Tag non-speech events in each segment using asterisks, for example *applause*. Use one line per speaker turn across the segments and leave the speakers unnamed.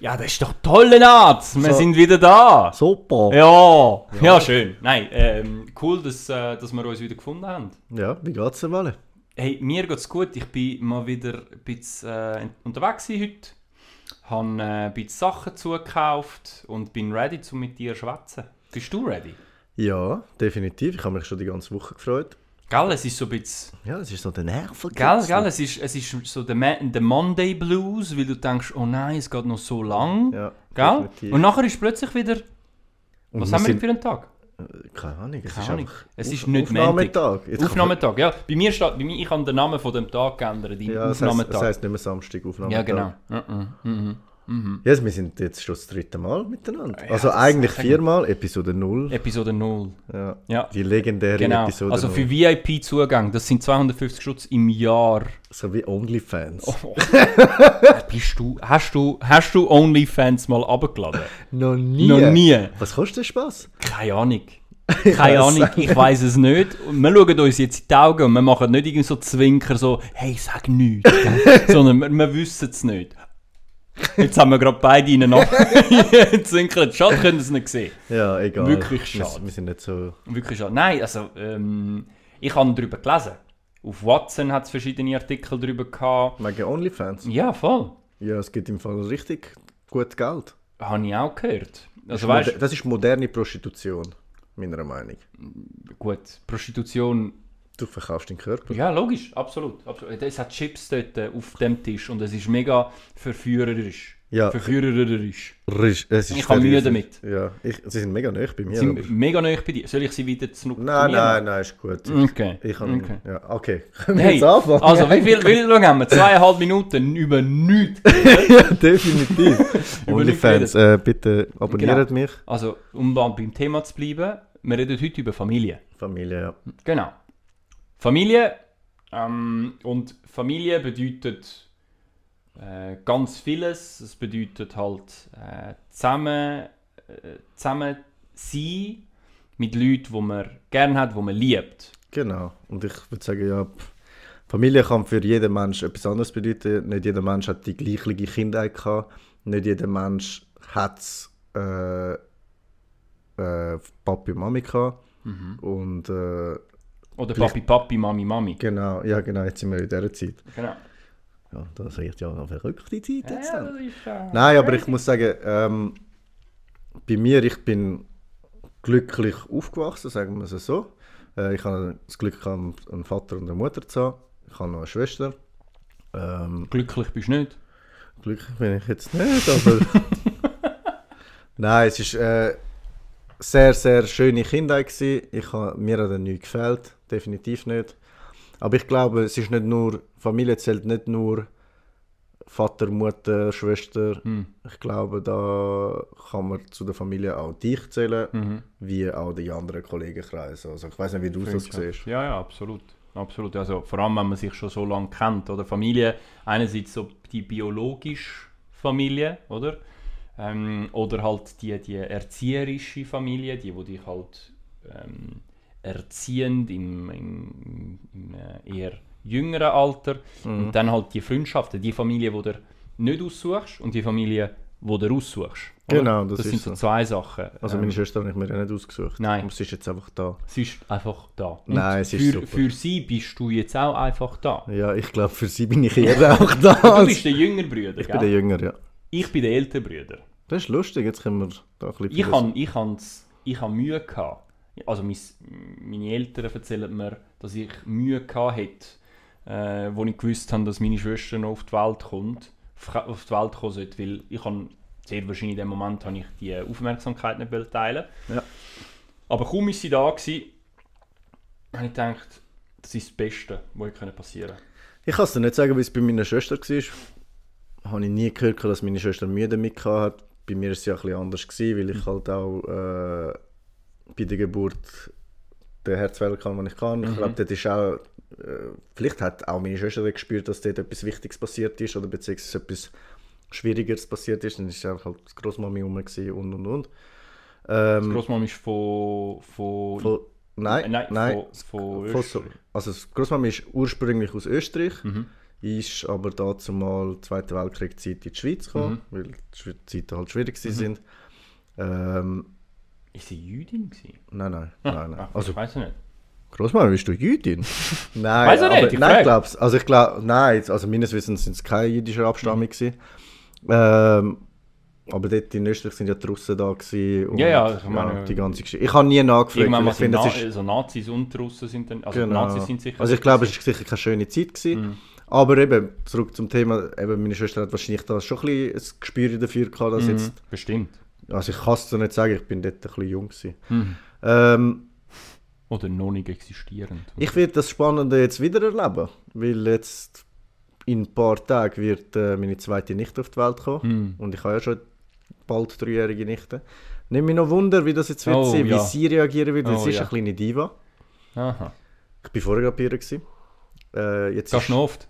Ja, das ist doch toll, Arzt. Wir
So.
sind wieder da.
Super.
Ja. ja, schön. Nein, ähm, cool, dass, äh, dass wir uns wieder gefunden haben.
Ja, wie geht's dir, Wale?
Hey, mir geht's gut. Ich bin mal wieder ein bisschen äh, unterwegs gewesen heute. Habe äh, ein bisschen Sachen zugekauft und bin ready, um mit dir zu schwätzen. Bist du ready?
Ja, definitiv. Ich habe mich schon die ganze Woche gefreut.
Gell, es ist so ein bisschen...
Ja, es ist so der Nervenkitzel.
Gell, gell, es ist, es ist so der, Ma der Monday Blues, weil du denkst, oh nein, es geht noch so lang.
Ja,
gell?
definitiv.
Und nachher ist plötzlich wieder,
Und
was
wir
haben wir
sind-
für einen Tag?
Keine Ahnung, es
Keine
ist
Ahnung.
einfach
Es
Auf-
ist nicht
Aufnahmetag. Jetzt
Montag. Aufnahmetag, ja. Bei mir steht, bei mir, ich habe den Namen von dem Tag geändert, in
kommt- Ja, es heisst,
Aufnahmetag.
es heisst nicht mehr Samstag, Aufnahmetag.
ja, genau. Mhm, mhm.
Yes, wir sind jetzt schon das dritte Mal miteinander. also eigentlich viermal, Episode 0.
Episode 0.
Ja.
Ja,
Die legendäre
genau.
Episode
also
0.
für VIP-Zugang, das sind 250 Schutz im
*laughs*
Jahr.
So wie Onlyfans.
Oh, Bist du, hast du, hast du OnlyFans mal abgeladen?
Noch nie.
Noch nie.
Was kostet der Spaß?
Keine
*laughs*
Ahnung. Keine
weiss
Ahnung, ich weiß es nicht. Und wir schauen uns jetzt in die Augen und wir machen nicht irgendwie so Zwinker, so, hey, sag nichts,
*laughs*
gell? sondern wir, wir wissen es nicht. Jetzt haben wir gerade beide ihnen noch *laughs* zwinkert. Schade, können sie es nicht sehen.
Ja, egal.
Wirklich
Wir-
schade.
Wir sind nicht so...
Wirklich schade. Nein, also, ähm, ich habe darüber gelesen. Auf Watson hat es verschiedene Artikel darüber gehabt.
Wegen Onlyfans.
Ja, voll.
Ja, es gibt im Fall richtig gut Geld.
Habe ich auch gehört. Also,
Das ist
weißt
moder- das ist moderne Prostitution, meiner Meinung.
du, gut, Prostitution
Du verkaufst den Körper.
Ja, logisch, absolut. absolut. Es hat Chips dort äh, auf dem Tisch und es ist mega verführerisch.
Ja.
Verführerisch.
Es ist
Ich habe
seriös.
Mühe damit.
Ja, ich, sie sind mega nah bei mir.
Sind
aber-
mega nah bei dir. Soll ich sie wieder zu
Nein, nein, nein, ist gut. Ich,
Okay.
ich habe,
Mm. okay.
Ja, okay, *laughs* können wir
Hey,
jetzt anfangen? *laughs*
also wie viel, wie viel lang haben wir? Zweieinhalb Minuten über nichts.
ja,
*laughs*
definitiv.
Über nichts
Onlyfans, äh, bitte abonniert mich.
Also, um dann beim Thema zu bleiben, wir reden heute über Familie.
Familie, ja.
Genau. Familie ähm, und Familie bedeutet äh, ganz vieles. Es bedeutet halt äh, zusammen, äh, zusammen sein mit Leuten, die man gerne hat, die man liebt.
Genau. Und ich würde sagen, ja, pff, Familie kann für jeden Mensch etwas anderes bedeuten. Nicht jeder Mensch hat die gleiche Kindheit gehabt. Nicht jeder Mensch hat äh, äh, Papi und Mami gehabt.
Mhm.
Und äh,
Oder Papi, Papi, Mami, Mami.
genau, ja genau, jetzt sind wir in dieser Zeit.
Genau.
Ja, das wird ja noch verrückte Zeit jetzt.
Ja,
dann.
das ist, äh,
Nein, aber ich muss sagen, ähm, bei mir, ich bin glücklich aufgewachsen, sagen wir es so. Äh, ich habe das Glück, gehabt, einen Vater und eine Mutter zu haben. Ich habe noch eine Schwester. Ähm,
glücklich bist du nicht.
glücklich bin ich jetzt
*laughs*
nicht, aber... Nein, es ist äh, sehr, sehr schöne Kindheit. Gewesen. Ich habe, mir hat er nichts gefällt, definitiv nicht. Aber ich glaube, es ist nicht nur... Familie zählt nicht nur Vater, Mutter, Schwester.
Hm.
Ich glaube, da kann man zu der Familie auch dich zählen,
Mhm.
wie auch die anderen Kollegenkreise. Also ich weiß nicht, wie du das siehst.
Ja, ja, absolut. Absolut. Also vor allem, wenn man sich schon so lange kennt, oder? Familie, einerseits so die biologische Familie, oder? Ähm, oder halt die, die erzieherische Familie, die, die dich halt ähm, erziehend im, im, im äh, eher jüngeren Alter.
Mhm.
Und dann halt die Freundschaften, die Familie, die du nicht aussuchst und die Familie, die du aussuchst. oder?
Genau, das ist
sind
so.
zwei Sachen.
Also meine Schwester habe ich mir ja nicht ausgesucht.
Ähm. Nein.
Aber sie ist jetzt einfach da.
Sie ist einfach da. Und
Nein, es ist
für,
super.
für sie bist du jetzt auch einfach da.
Ja, ich glaube, für sie bin
*laughs*
ich eher auch
Du
da.
bist der jüngere Bruder,
Ich
gell?
bin der Jünger, ja.
ich bin der ältere Bruder.
Das ist lustig, jetzt können wir da ein bisschen...
Ich han, ich hans, ich han Mühe gehabt. Also mis, meine Eltern erzählen mir, dass ich Mühe gehabt hätte, äh, wo ich gewusst habe, dass meine Schwester noch auf die Welt kommt, auf- auf die Welt kommen sollte, weil ich han sehr wahrscheinlich in dem Moment han ich die Aufmerksamkeit nicht wollen teilen.
Ja.
Aber kaum ist sie da gsi, habe ich gedacht, das ist das Beste, was ihr können passieren.
Ich kann es dir nicht sagen, wie es bei meiner Schwester war. Habe ich nie gehört, dass meine Schwester Mühe damit hatte. Bei mir war es ja ein bisschen anders, gewesen, weil ich halt auch äh, bei der Geburt den Herzfehler hatte, den ich kann. Ich glaube, dort ist auch, äh, vielleicht hat auch meine Schwester dann gespürt, dass dort etwas Wichtiges passiert ist oder beziehungsweise etwas Schwierigeres passiert ist. Dann war einfach halt die Großmami rum gewesen und und und.
Die
Hm.
Großmama ist von, von,
Von, nein,
nein,
nein,
von, von
Von so-
Österreich. Mhm.
also die Großmama ist ursprünglich aus Österreich, ist aber dazu mal Zweite Weltkriegszeit in die Schweiz gekommen,
Mhm.
weil die Schwe- Zeiten halt schwierig mhm. sind. Ähm,
Ist sie Jüdin gewesen?
nein, nein,
Ah,
nein, nein. Also
ich weiß nicht.
Großmann, bist
*laughs*
du Jüdin? nein,
Weiß ich nicht,
aber,
ich
nein,
frag.
ich glaub's. Also ich glaube, nein, jetzt- also meines Wissens sind es keine jüdische
Mhm.
Abstammung gewesen. Ähm, aber dort in Österreich sind ja die Russen da gewesen und
Ja, ja, ich meine-
die ganze Geschichte. Ich habe nie nachgefragt,
Irgendwann
weil
mal
ich finde,
sind
es
Na
ist
also Nazis und Russen sind dann. Also
Genau.
Nazis sind sicher. Mhm.
Also ich glaube, es war sicher keine schöne Zeit. Gewesen. Aber eben, zurück zum Thema, eben, meine Schwester hat wahrscheinlich da schon ein bisschen ein Gespür dafür gehabt,
Mhm.
dass jetzt...
Hm, Bestimmt.
Also ich kann es so nicht sagen, ich bin dort ein bisschen jung. Gewesen.
Mhm.
Ähm,
Oder noch nicht existierend.
ich werde das Spannende jetzt wieder erleben, weil jetzt in ein paar Tagen wird äh, meine zweite Nichte auf die Welt
Mhm.
kommen. Und ich habe ja schon bald dreijährige Nichte. Nimm mich noch Wunder, wie das jetzt wird
Oh,
sein, wie
ja.
sie reagieren wird.
Oh,
sie ist
ja.
eine kleine Diva.
Aha.
Ich war vorher gerade bei ihr. gewesen. Äh, jetzt
Gehst
ist
du noch oft?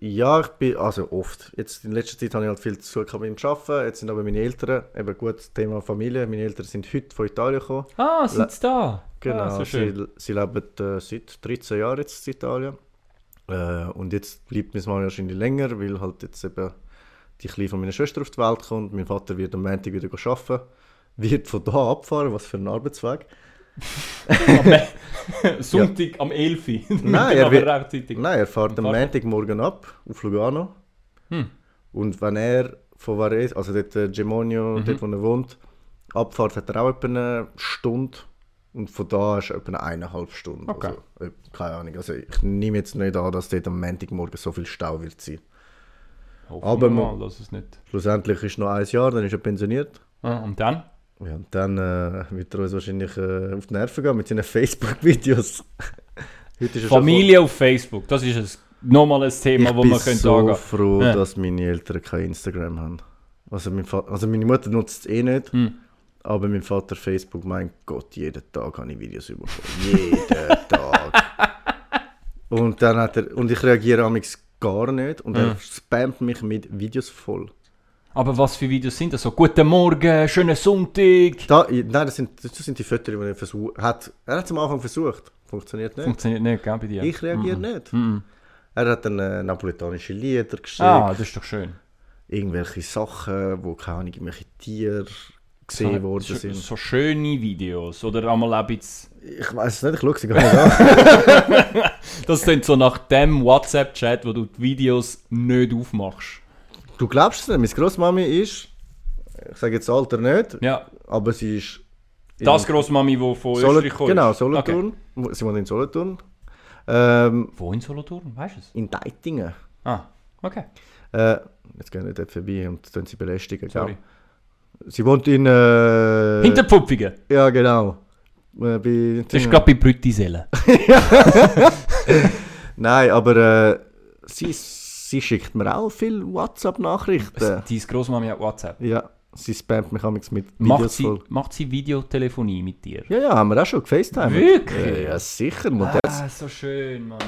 Ja, ich bin, also oft. Jetzt in letzter Zeit habe ich halt viel zu tun gehabt mit dem Arbeiten. Jetzt sind aber meine Eltern, eben gut, Thema Familie, meine Eltern sind heute von Italien gekommen.
Ah, sitzt da.
Genau,
Ah, so
*laughs*
schön.
Sie, sie leben äh, seit 13 Jahren jetzt in Italien. Äh, und jetzt bleibt mein Mann wahrscheinlich länger, weil halt jetzt eben die Kleine von meiner Schwester auf die Welt kommt. Mein Vater wird am Montag wieder arbeiten, wird von da abfahren, was für ein Arbeitsweg.
Sonntag am Genau, 11. Uhr. *laughs*
Nein,
er
er wird-
rechtzeitig.
Nein, er fährt am
Fahrt-
Montagmorgen ab auf Lugano.
Hm.
Und wenn er von Varese, also dort äh,
Mhm.
Gemonio, dort wo er wohnt, abfährt, hat er auch etwa eine Stunde. Und von da ist etwa eine eineinhalb Stunden.
Okay.
Also, äh, keine Ahnung. Also ich nehme jetzt nicht an, dass dort am Montagmorgen so viel Stau wird sein.
Hoffen
aber
wir
man-
mal, dass es nicht.
Schlussendlich ist noch ein Jahr, dann ist er pensioniert.
Ah, und dann?
Ja, und dann äh, wird er uns wahrscheinlich äh, auf die Nerven gehen mit seinen *laughs* Facebook-Videos. Heute ist er schon
Familie auf Facebook. Das ist ein, nochmal ein Thema, wo
ich
man
bin
könnte
so
sagen.
froh,
Ja.
dass meine Eltern kein Instagram haben. Also, mein Fa- also meine Mutter nutzt es eh nicht,
Hm.
aber mein Vater Facebook, mein Gott, jeden Tag habe ich Videos bekommen. jeden
*laughs*
Tag. Und dann hat er, und ich reagiere amigs gar nicht und
Hm.
er spammt mich mit Videos voll.
Aber was für Videos sind das? So, guten Morgen, schönen Sonntag.
Da, nein, das sind, das sind die Fötter, die er versucht hat. Er hat es am Anfang versucht, funktioniert nicht.
Funktioniert nicht, gell, bei dir?
Ich reagiere nicht. Er hat dann äh, napolitanische Lieder geschickt.
ah, das ist doch schön.
irgendwelche Sachen, wo keine Ahnung, irgendwelche Tiere gesehen worden
so,
sind.
so schöne Videos. Oder einmal ein bisschen.
Ich weiß es nicht, ich schaue sie gar nicht an.
Das sind so nach dem WhatsApp-Chat, wo du die Videos nicht aufmachst.
Du glaubst es nicht, meine Großmami ist, ich sage jetzt Alter nicht,
Ja,
aber sie ist. in
das Grossmami, die von
Solo-
Österreich kommt.
Genau, Solothurn. Sie wohnt in Solothurn. Ähm,
Wo in Solothurn? Weißt du es?
in Deitingen.
Ah, okay.
Äh, jetzt gehen wir dort vorbei und tun sie belästigen.
Sorry.
Gell? Sie wohnt in. Äh,
Hinterpfupfigen.
Ja, genau. Äh, bei
Das ist gerade bei
*laughs*
Brütisellen.
Nein, aber äh, sie, sie schickt mir auch viele WhatsApp-Nachrichten.
Deine Grossmami hat WhatsApp.
Ja, sie spammt mich amigs mit
Macht
Videos
sie,
voll.
macht sie Videotelefonie mit dir?
Ja, ja, haben wir auch schon gefacetimed.
Wirklich?
Ja, ja sicher. Und das,
Ah, so schön, Mann.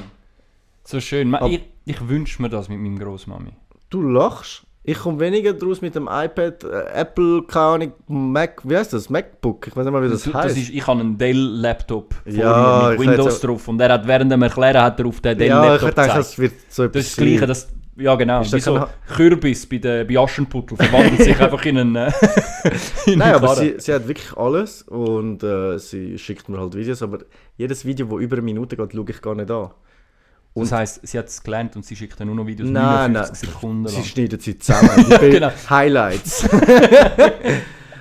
So schön. Ma-
Ab-
Ich, ich wünsche mir das mit meinem Grossmami.
du lachst. Ich komme weniger draus mit dem iPad, äh, Apple, keine Ahnung, Mac, wie heißt das? MacBook. Ich weiß nicht mal, wie das
Du-
heißt.
das ist, ich habe einen Dell-Laptop vor
Ja,
mir mit
ich hätte
Windows
so-
drauf und er hat während dem Erklären hat er auf den
ja, ich
Dell-Laptop
hätte
gezeigt.
gedacht, das wird so etwas
Das ist das Gleiche, das, ja genau,
Ist
wie
das
so
kein-
Kürbis bei, der, bei Aschenputtel verwandelt
*laughs*
sich einfach in einen, äh, *laughs* in
Nein,
einen
aber
Karren.
sie, sie hat wirklich alles und äh, sie schickt mir halt Videos, aber jedes Video, das über eine Minute geht, schaue ich gar nicht an.
das heisst, sie hat es gelernt und sie schickt dann nur noch Videos
Nein,
59 Sekunden
Sie
lang.
schneiden
*laughs*
sie zusammen. Die Bild-
genau. *laughs*
Highlights.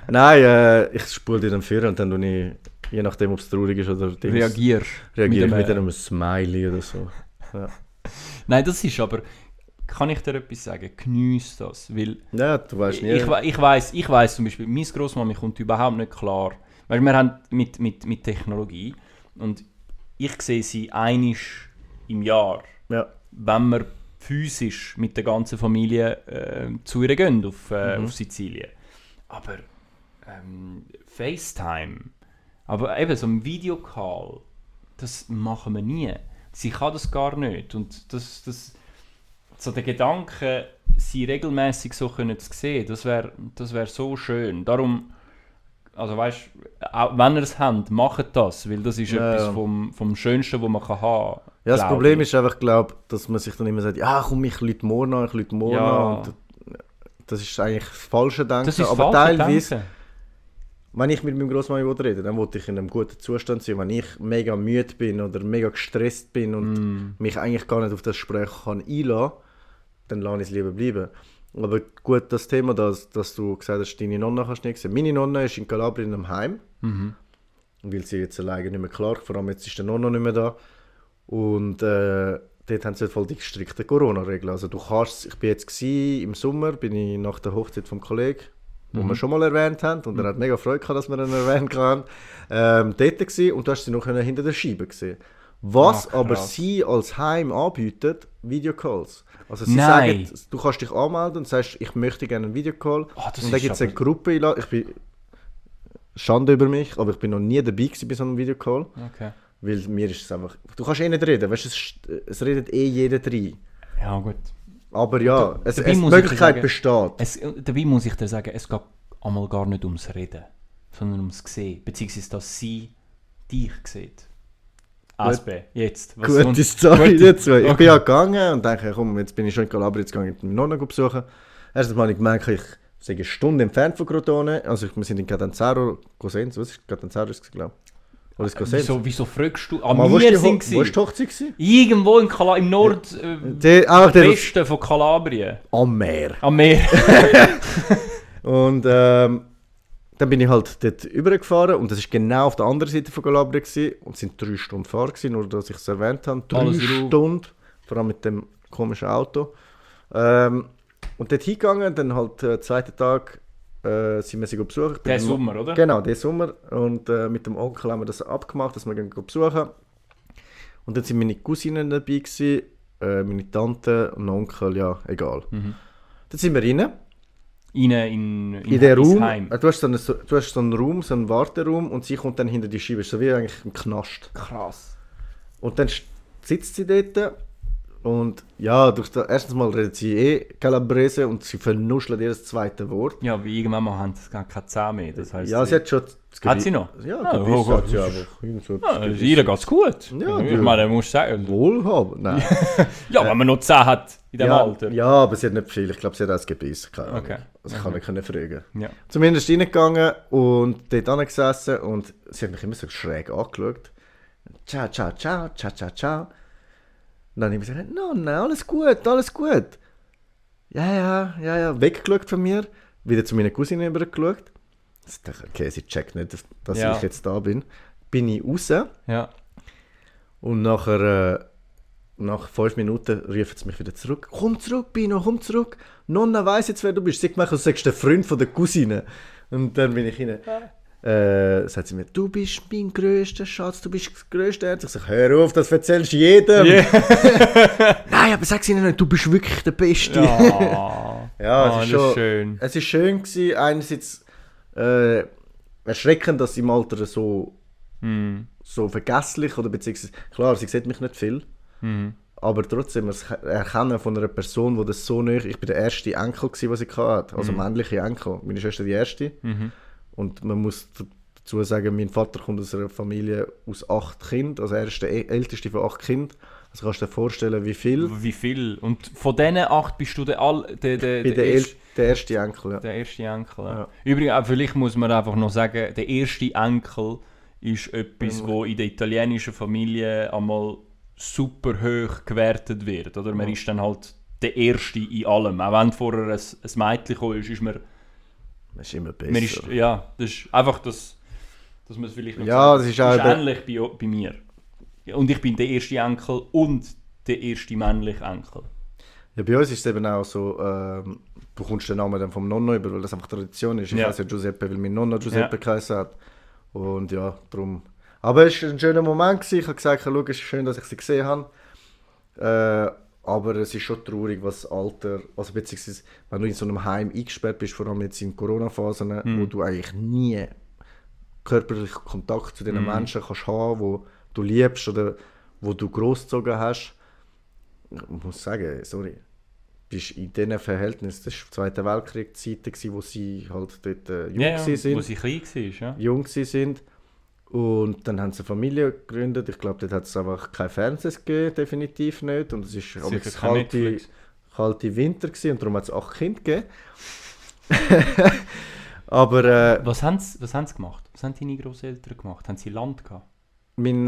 Nein, äh, ich spule dir dann vor und dann tue ich, je nachdem, ob es traurig ist oder Dings,
Reagierst
reagiere ich
einem-
mit einem Smiley oder so.
Nein, das ist aber, kann ich dir etwas sagen, geniess das, weil
Ja, du weißt nie.
Ich, we- ich weiß, ich weiß zum Beispiel, meine Großmami kommt überhaupt nicht klar. Weil wir haben mit, mit, mit Technologie und ich sehe sie einisch im Jahr,
ja.
wenn wir physisch mit der ganzen Familie äh, zu ihr gehen auf, äh,
Mhm.
auf Sizilien. Aber ähm, FaceTime, aber eben so ein Videocall, das machen wir nie. Sie kann das gar nicht und das, das so der Gedanke, sie regelmäßig so können zu sehen, das wäre das wär so schön. Darum, also weißt, auch wenn ihr es habt, macht das, weil das ist
Ja,
etwas
ja.
vom, vom Schönsten, was man kann haben kann.
Ja, das
Glaub
Problem
ich.
ist einfach, glaub, dass man sich dann immer sagt, ja komm, ich lüte morgen an, ich lüte morgen
Ja.
an. Und äh, das ist eigentlich das falsche Denken.
Das ist das
aber
falsche
teilweise,
Denken.
wenn ich mit meinem Grossmann will rede, dann wollte ich in einem guten Zustand sein. Wenn ich mega müde bin oder mega gestresst bin und
Mm.
mich eigentlich gar nicht auf das Gespräch kann einlassen kann, dann lasse ich es lieber bleiben. Aber gut, das Thema, dass, dass du gesagt hast, deine Nonna kannst du nicht sehen. Meine Nonna ist in Kalabrien am Heim, weil sie jetzt alleine nicht mehr klar Vor allem jetzt ist der Nonna nicht mehr da. Und äh, dort haben sie halt voll die strikten Corona-Regeln. Also du kannst, ich bin jetzt gsi im Sommer, bin ich nach der Hochzeit vom Kollegen, wo wir schon mal erwähnt haben, und er hat mega Freude gehabt, dass wir ihn erwähnt haben, ähm, dort gsi und du hast sie noch können hinter der Scheibe gesehen. Was
Ah,
aber
krass.
sie als Heim anbietet, Videocalls. Also sie
Nein.
sagen, du kannst dich anmelden und sagst, ich möchte gerne einen Videocall.
Ah, das
und dann
ist
gibt es
aber-
eine Gruppe, ich la- ich bin Schande über mich, aber ich bin noch nie dabei gewesen bei so einem Videocall.
Okay.
Weil mir ist es einfach. Du kannst eh nicht reden, weißt du, es, st- es redet eh jeder drei.
Ja, gut.
Aber ja, es,
dabei
es, die
muss ich
Möglichkeit
sagen-
besteht.
Es, dabei muss ich dir sagen, es geht einmal gar nicht ums Reden, sondern ums Sehen. Beziehungsweise, dass sie dich sieht. ASB, jetzt. Was
Gute
sonst?
Story
Gute-
dazu. Ich bin ja gegangen und denke, komm, jetzt bin ich schon in Kalabrien, jetzt gehe ich meinen Nonna besuchen. Erstens mal habe ich gemerkt, ich sei eine Stunde entfernt von Crotone. Also ich, wir sind in Catanzaro, Cosenz, was ist Catanzaro, glaube ich. Oder ist Cosenz?
Äh, Wieso, wieso fragst du? An
Mal,
Mal,
wo ist die
mir
Ho-
sind
wo ist die
sie.
Hochzeit? gewesen?
Irgendwo in Kala im Nord, äh,
Die, ach, der
Westen von Kalabrien.
am Meer.
Am Meer.
*laughs* Und ähm, dann bin ich halt dort übergefahren und das ist genau auf der anderen Seite von Calabria gewesen. und es sind drei Stunden Fahrt gewesen, nur dass ich es erwähnt habe. Drei
Alles drauf.
Stunden, vor allem mit dem komischen Auto. Ähm, und dort hingegangen, dann halt äh, zweiten Tag äh, sind wir sie besuchen. Ich bin
Der
mit-
Sommer, oder?
Genau, den Sommer. Und äh, mit dem Onkel haben wir das abgemacht, dass wir gehen besuchen. Und dann sind meine Cousinen dabei, gewesen, äh, meine Tante und Onkel, ja, egal.
Mhm.
Dann sind wir rein
Rein in, in,
in den
ins
Raum.
Heim.
Äh, Du hast, so einen, so- du hast so einen Raum, so einen Warteraum und sie kommt dann hinter die Scheibe. Ist So wie eigentlich ein Knast.
Krass.
Und dann st- sitzt sie dort und ja, durch das, erstens mal redet sie eh Calabrese und sie vernuschelt ihr das zweite Wort.
Ja, wie irgendwann mal haben sie gar keine Zähne mehr. Das heisst, äh,
ja, sie hat schon das
Hat sie noch?
Ja,
Ah,
Gebiss
oh Gott,
hat sie
das
aber. Irgend so
Ja,
etwas
also
Gebiss.
ihr geht's gut.
Ja,
ich
du-
meine, du musst sagen.
Wohlhaben? Nein.
Ja, wenn man noch 10 hat in dem
ja,
Alter.
ja, aber sie hat nicht viel. Ich glaube, sie hat auch das Gebiss. Keine Ahnung.
Okay. Mhm.
Also ich kann nicht können fragen.
Ja.
Zumindest reingegangen und dort angesessen und sie hat mich immer so schräg angeschaut. Ciao, ciao, ciao, ciao, ciao, ciao. Und dann habe ich gesagt, nein, nein, alles gut, alles gut. Ja, ja, ja, ja, weggeschaut von mir, wieder zu meiner Cousine übergeschaut. Ich dachte, okay, sie checkt nicht, dass- dass
Ja.
ich jetzt da bin. Bin ich raus
ja.
und nachher, äh, nach fünf Minuten rufen sie mich wieder zurück. Komm zurück, Bino, komm zurück. Nonna weiss jetzt, wer du bist. Sie hat gemeint, du sagst der Freund von der Cousine. Und dann bin ich hinein. Äh, sagt sie mir, du bist mein grösster Schatz, du bist das grösste Herz. Ich sage, hör auf, das erzählst du jedem. *laughs* Nein, aber sag sie ihnen nicht, du bist wirklich der Beste. *laughs*
Ja,
Ja, es
Ah,
ist
das
schon,
ist schön.
Es ist schön gewesen, einerseits äh, erschreckend, dass sie im Alter so,
Hm.
so vergesslich oder beziehungsweise, klar, sie sieht mich nicht viel,
Hm.
aber trotzdem, das Erkennen von einer Person, die das so nicht, ich bin der erste Enkel gewesen, was ich hatte,
Hm.
also männliche Enkel, meine Schwester die erste
Mhm.
und man muss d- dazu sagen, mein Vater kommt aus einer Familie aus acht Kindern, also er ist der ä- älteste von acht Kindern, also kannst du dir vorstellen, wie viel,
wie viel? Und von diesen acht bist du der, all, der, der,
ich bin
der,
der, el-
erste,
der erste Enkel, ja.
der erste Enkel.
Ja.
Ja. Übrigens, auch vielleicht muss man einfach noch sagen, der erste Enkel ist etwas, wo in der italienischen Familie einmal super hoch gewertet wird. Oder? Man ist dann halt der Erste in allem. Auch wenn vorher ein, ein Mädchen gekommen ist, ist man,
Das ist immer besser.
man ist, ja, das ist einfach das, dass man es vielleicht noch
Ja,
sagt.
das ist auch
ist
eben-
ähnlich bei, bei mir. Ja, Und ich bin der erste Enkel und der erste männliche Enkel.
Ja, bei uns ist es eben auch so, ähm, du bekommst den Namen dann vom Nonno über, weil das einfach Tradition ist. Ich
Ja.
weiss ja Giuseppe, weil mein Nonno Giuseppe geheißen hat. Und ja, drum. Aber es war ein schöner Moment. Gewesen. Ich habe gesagt, schau, es ist schön, dass ich sie gesehen habe. Äh, aber es ist schon traurig, was das Alter, also beziehungsweise, wenn du in so einem Heim eingesperrt bist, vor allem jetzt in Corona-Phasen, wo du eigentlich nie körperlichen Kontakt zu
Mhm.
den Menschen kannst haben, wo du liebst oder wo du großzogen hast. Ich muss sagen, sorry, bist in diesen Verhältnissen, das war Zweite Weltkrieg Zeiten, gewesen, wo sie halt dort äh, jung
Ja,
yeah,
ja,
sind,
wo sie klein war, ja.
jung gewesen sind Und dann haben sie eine Familie gegründet. Ich glaube, dort hat es einfach kein Fernsehen gegeben, definitiv nicht. Und es ist auch
Sicher kein
kalte,
Netflix.
kalte Winter gewesen, und darum hat es acht Kinder gegeben. *laughs* Aber äh,
Was haben sie, was haben sie gemacht? Was haben deine Großeltern gemacht? Haben sie Land gehabt?
mein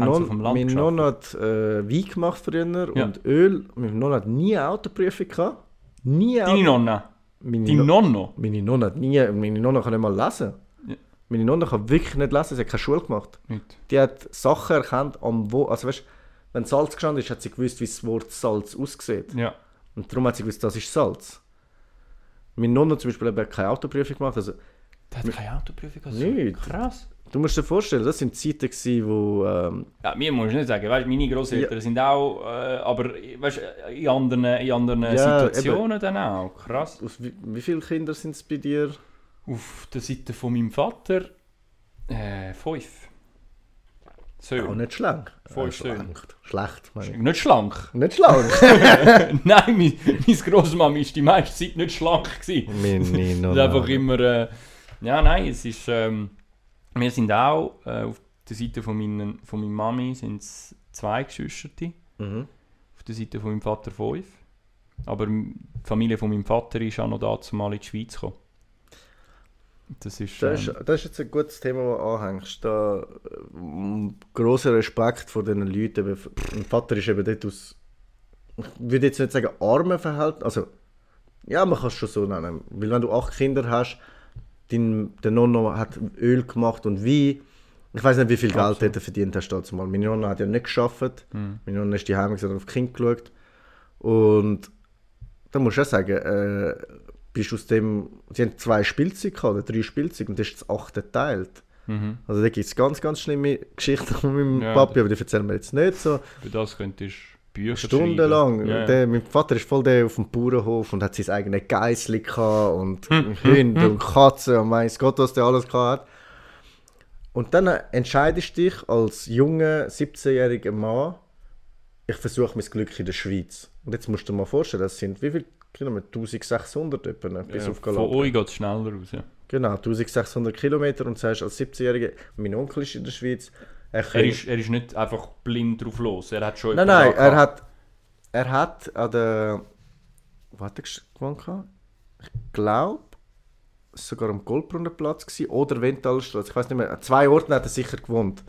Haben sie
Non,
auf dem Land
mein non hat äh, Wein gemacht früher
Ja.
und Öl. Mein Non hat nie eine Autoprüfung gehabt. Nie eine
Deine Nonna?
Meine
Deine
No-
Nonno?
Meine Nonna hat nie, meine Nonna kann nicht mal lesen.
Ja.
Meine Nonna kann wirklich nicht lesen, sie hat keine Schule gemacht.
Nicht.
Die hat Sachen erkannt, am wo, also weißt, wenn Salz gestanden ist, hat sie gewusst, wie das Wort Salz aussieht.
Ja.
Und darum hat sie gewusst, das ist Salz. Meine Nonna zum Beispiel hat keine Autoprüfung gemacht. Also,
Der hat keine Autoprüfung gehabt.
Nicht.
Krass.
du musst dir vorstellen, das sind Zeiten, gewesen, wo ähm,
Ja, mir musst du nicht sagen, weißt, meine Großeltern sind auch, äh, aber weißt, in anderen, in anderen
Ja,
Situationen dann auch. Krass.
aus wie, wie viele Kinder sind es bei dir?
Auf der Seite von meinem Vater, äh, fünf.
Auch
So.
Ah, nicht schlank.
Voll
schlank. Schlecht, meine ich.
Nicht schlank. *laughs*
Nicht schlank.
Nein, meine, meine Großmama war die meiste Zeit nicht schlank. Gewesen.
meine
Das ist einfach immer. Äh, ja, nein, es ist. Ähm, wir sind auch äh, auf der Seite von, meinen, von meiner Mami sind es zwei Geschwister.
Mhm.
Auf der Seite von meinem Vater fünf. Aber m- die Familie von meinem Vater ist auch noch dazu mal in die Schweiz gekommen. Das ist.
Das ist,
ähm,
das ist jetzt ein gutes Thema, das du anhängst. Da, ähm, grosser Respekt vor diesen Leuten. eben. Mein Vater ist eben dort aus, ich würde jetzt nicht sagen, armen Verhältnissen. Also, ja, man kann es schon so nennen. Weil wenn du acht Kinder hast, dein, der Nonno hat Öl gemacht und Wein. Ich weiß nicht, wie viel Geld er verdient hast dazu mal. Meine Nonna hat ja nicht geschafft. Meine Nonna ist die Heim und auf Kind geschaut. Und da musst du auch sagen, äh, bist aus dem, sie haben zwei Spielzeuge gehabt, oder drei Spielzeuge, und das ist das achte teilt. Also da gibt es ganz, ganz schlimme Geschichten *laughs* von meinem
Ja,
Papi, aber die erzählen wir jetzt nicht so.
für das könntest du Bücher
Stundenlang.
schreiben. Ja, ja.
Der, mein Vater ist voll der auf dem Bauernhof und hat sein eigenes Geissli gehabt und
Hm,
Hunde und Katzen und weiß Gott, was der alles gehabt hat. Und dann äh, entscheidest du dich als junger 17-jähriger Mann, ich versuche mein Glück in der Schweiz. Und jetzt musst du dir mal vorstellen, das sind wie viel Kilometer? 1600 etwa, ne? bis
Ja,
auf
von
Galant.
euch geht es schneller raus. Ja.
Genau, 1600 Kilometer und sagst als 17-jähriger, mein Onkel ist in der Schweiz.
Er,
könnte-
ist, er ist nicht einfach blind drauf los. Er hat schon
Nein,
etwas
nein, er
angehabt.
hat, er hat an der. Wo hat er gesch- gewohnt? gehabt? Ich glaube, sogar am Goldbrunnenplatz gewesen, oder Wendtalstraße. Ich weiß nicht mehr. An zwei Orten hat er sicher gewohnt.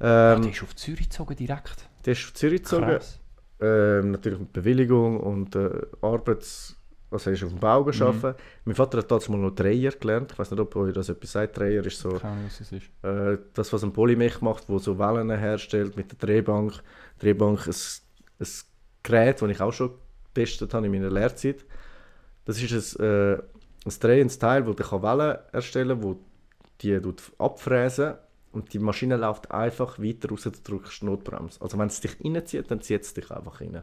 Ah,
Ähm,
Der ist auf Zürich gezogen direkt.
der ist auf Zürich gezogen.
Krass.
Ähm, natürlich mit Bewilligung und äh, Arbeits. Also, er ist auf dem Bau
Mhm.
gearbeitet. Mein Vater hat damals mal noch Dreier gelernt. Ich weiß nicht, ob euch das etwas sagt. Dreier ist so.
Keine Ahnung, was es ist.
Äh, das, was ein Polymech macht, wo so Wellen herstellt mit der Drehbank. Drehbank ist ein Gerät, das ich auch schon getestet habe in meiner Lehrzeit. Das ist ein, äh, ein drehendes Teil, das kann Wellen erstellen wo die tut abfräsen und die Maschine läuft einfach weiter raus, du drückst Notbremse. Also wenn es dich reinzieht, dann zieht es dich einfach rein.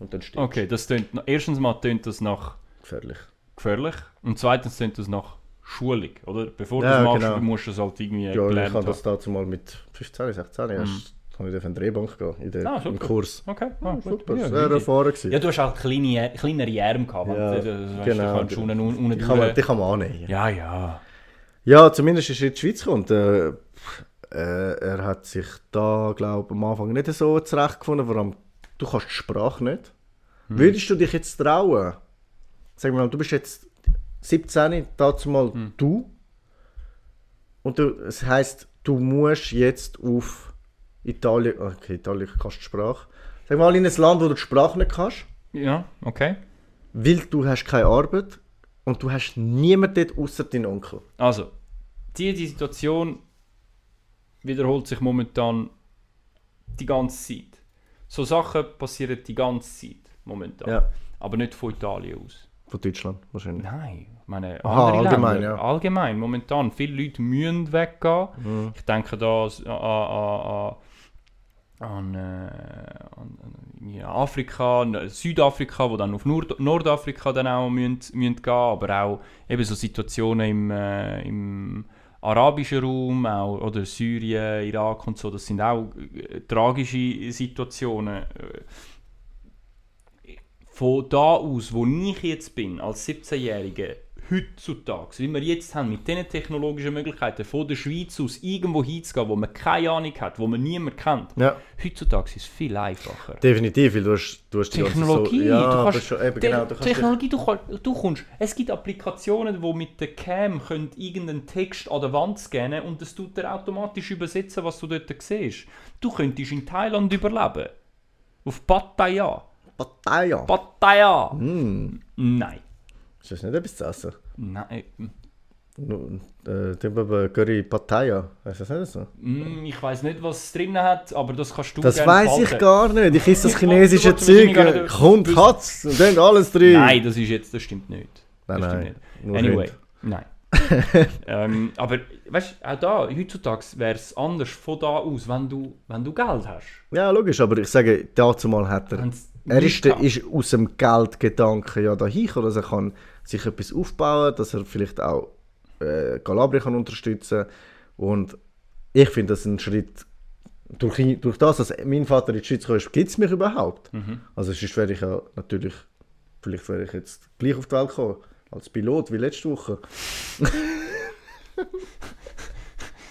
Und dann steht
Okay, das tönt, erstens mal tönt das nach
gefährlich.
gefährlich und zweitens tönt das nach Schulung, oder? Bevor
Ja,
du das machst,
genau.
musst du es halt irgendwie
Ja, ich
gelernt
habe
haben.
das dazu mal mit 15, 16 erst habe ich auf eine Drehbank gehen, in der,
Ah, super.
im Kurs.
Okay, ah, gut.
Super,
Ja,
sehr
easy.
erfahren gewesen.
ja, du hast halt kleine, kleinere Järme gehabt,
Ja,
ja, genau.
genau.
du kannst schon unten, unten
Die kann halt man,
durch.
die kann man annehmen.
Ja, ja.
Ja, zumindest ist er in die Schweiz gekommen. Und, äh, pff, äh, er hat sich da, glaube ich, am Anfang nicht so zurechtgefunden. Vor allem, du kannst die Sprache nicht. Würdest du dich jetzt trauen? Sag mal, du bist jetzt 17, dazu mal du. Und du, es heisst, du musst jetzt auf Italien. Okay, Italien kannst du die Sprache. Sag mal, in ein Land, wo du die Sprache nicht kannst.
Ja, okay.
Weil du hast keine Arbeit und du hast niemanden dort außer deinen Onkel.
Also, die, die Situation wiederholt sich momentan die ganze Zeit. So Sachen passieren die ganze Zeit momentan.
Ja.
Aber nicht von Italien aus.
Von Deutschland wahrscheinlich.
Nein, ich meine,
Aha,
andere
allgemein,
Länder,
ja.
allgemein, momentan, viele Leute müssen weggehen.
Mhm.
Ich denke da s- an, an, an, an, äh, an, an irgendwie Afrika, an Südafrika, wo dann auf Nord Nordafrika dann auch müssen, müssen gehen, aber auch eben so Situationen im, äh, im arabischen Raum, auch, oder Syrien, Irak und so, das sind auch äh, tragische Situationen. Äh, von da aus, wo ich jetzt bin, als 17-Jähriger, heutzutage, wie wir jetzt haben, mit diesen technologischen Möglichkeiten, von der Schweiz aus irgendwo hinzugehen, wo man keine Ahnung hat, wo man niemand kennt,
Ja,
heutzutage ist es viel einfacher.
definitiv, weil du hast, du hast die ganze
Technologie,
so, ja,
du
aber
kannst,
schon, eben,
Te-
genau, du kannst dich-
Technologie, du, kann- du kommst, es gibt Applikationen, die mit der Cam können irgendeinen Text an der Wand scannen und es tut dir automatisch übersetzen, was du dort siehst. Du könntest in Thailand überleben. Auf Pattaya.
Pattaya.
Pattaya!
Hm,
Nein.
ist das nicht etwas zu essen?
Nein. äh,
Nur, äh, Dimbabwe Curry Pattaya, weißt du das nicht so?
Mm, Ich weiß nicht, was es drin hat, aber das kannst du
Das
gerne
weiß
behalten.
ich gar nicht. Ich esse das
Ich-
chinesische
du willst wahrscheinlich
Zeug. äh,
gar nicht-
Hund, Katze und dann alles drin.
Nein, das ist jetzt, das stimmt nicht.
Nein,
das
nein,
stimmt
nur
nicht. Anyway,
Hunde. *laughs*
nein. ähm, aber weißt du, auch da, heutzutage wäre es anders von da aus, wenn du, wenn du Geld hast.
Ja, logisch, aber ich sage, dazu mal hat er.
Wenn's
Er
nicht
ist, der,
gehabt.
ist aus dem Geldgedanken ja dahin gekommen, dass er kann sich etwas aufbauen dass er vielleicht auch äh, Calabria kann unterstützen Und ich finde das ein Schritt, durch, ihn- durch das, dass mein Vater in die Schweiz kam, gibt es mich überhaupt.
Mhm.
Also sonst wäre ich ja natürlich, vielleicht wäre ich jetzt gleich auf die Welt gekommen, als Pilot wie letzte Woche.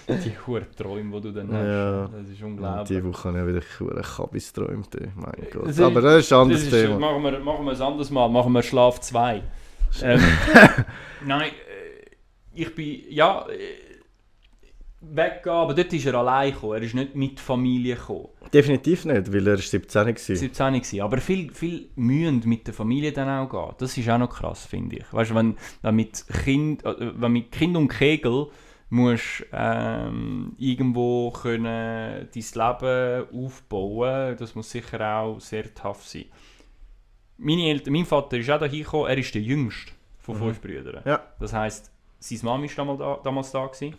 Die hohen Träume, die du dann hast.
Ja.
Das ist
Und
unglaublich.
diese Woche habe ich wieder verdammt Kabis geträumt, ey. mein Gott.
Äh, ist-
Aber das ist ein anderes
das ist,
Thema.
Machen wir, machen wir es anders mal, machen wir Schlaf 2.
*laughs*
Ähm, nein, äh, ich bin, ja, äh, weggehen, aber dort ist er allein gekommen, er ist nicht mit Familie gekommen.
Definitiv nicht, weil er ist 17 war.
17 gewesen, aber viel, viel mühend mit der Familie dann auch gehen. Das ist auch noch krass, finde ich. Weißt du, wenn, wenn, mit kind, äh, wenn mit kind und Kegel musst ähm, irgendwo können dein Leben aufbauen, das muss sicher auch sehr tough sein. Meine Eltern, mein Vater ist auch da gekommen, er ist der jüngste von fünf Brüdern.
Ja.
Das heißt, seine Mama war damals da, damals da gewesen,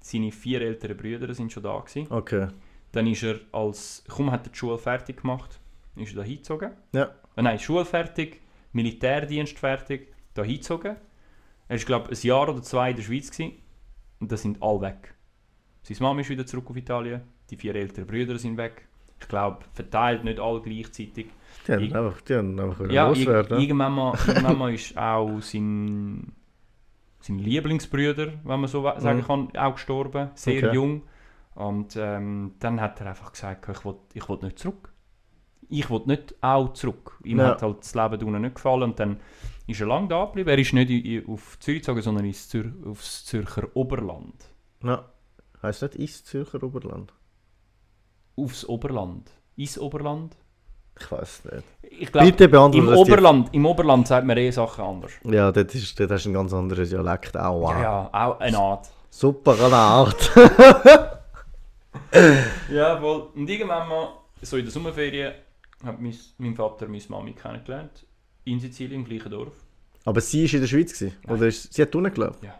seine vier älteren Brüder sind schon da gewesen.
Okay.
Dann ist er als, kaum hat er die Schule fertig gemacht, ist er da hingezogen.
Ja.
Äh, nein, Schule fertig, Militärdienst fertig, da hingezogen. Er ist, glaube ich, ein Jahr oder zwei in der Schweiz gewesen, und das sind alle weg. Seine Mama ist wieder zurück auf Italien, die vier älteren Brüder sind weg. Ich glaube, verteilt nicht alle gleichzeitig.
Die haben
Ich-
einfach, die haben einfach
Ja, irg-
loswerden. ne?
irgendwann
*laughs*
mal, irgendwann mal ist auch sein, sein Lieblingsbruder, wenn man so we- sagen
Mhm.
kann, auch gestorben, sehr
Okay.
jung. Und ähm, dann hat er einfach gesagt, ich will, ich will nicht zurück. Ich will nicht auch zurück. Ihm
Ja.
hat halt das Leben da unten nicht gefallen und dann ist er lange da geblieben. Er ist nicht in, in, auf Zürich gezogen, sondern ins Zür aufs Zürcher Oberland.
ja. Heißt nicht ist Zürcher Oberland?
Aufs Oberland. Ins Oberland?
Ich weiß nicht.
Ich glaube,
Bitte beantworte
im
das die-
Oberland, im Oberland sagt man eh Sachen anders.
Ja, dort, ist, dort hast du einen ganz anderen Dialekt. Aua.
Ja, ja, auch eine Art.
Super eine Art.
Ja, voll. Und irgendwann mal, so in der Sommerferien, hat mein, mein Vater meine Mami kennengelernt. In Sizilien, im gleichen Dorf.
Aber sie war in der Schweiz. Gewesen,
Nein.
oder ist, sie hat unten gelebt?
Ja.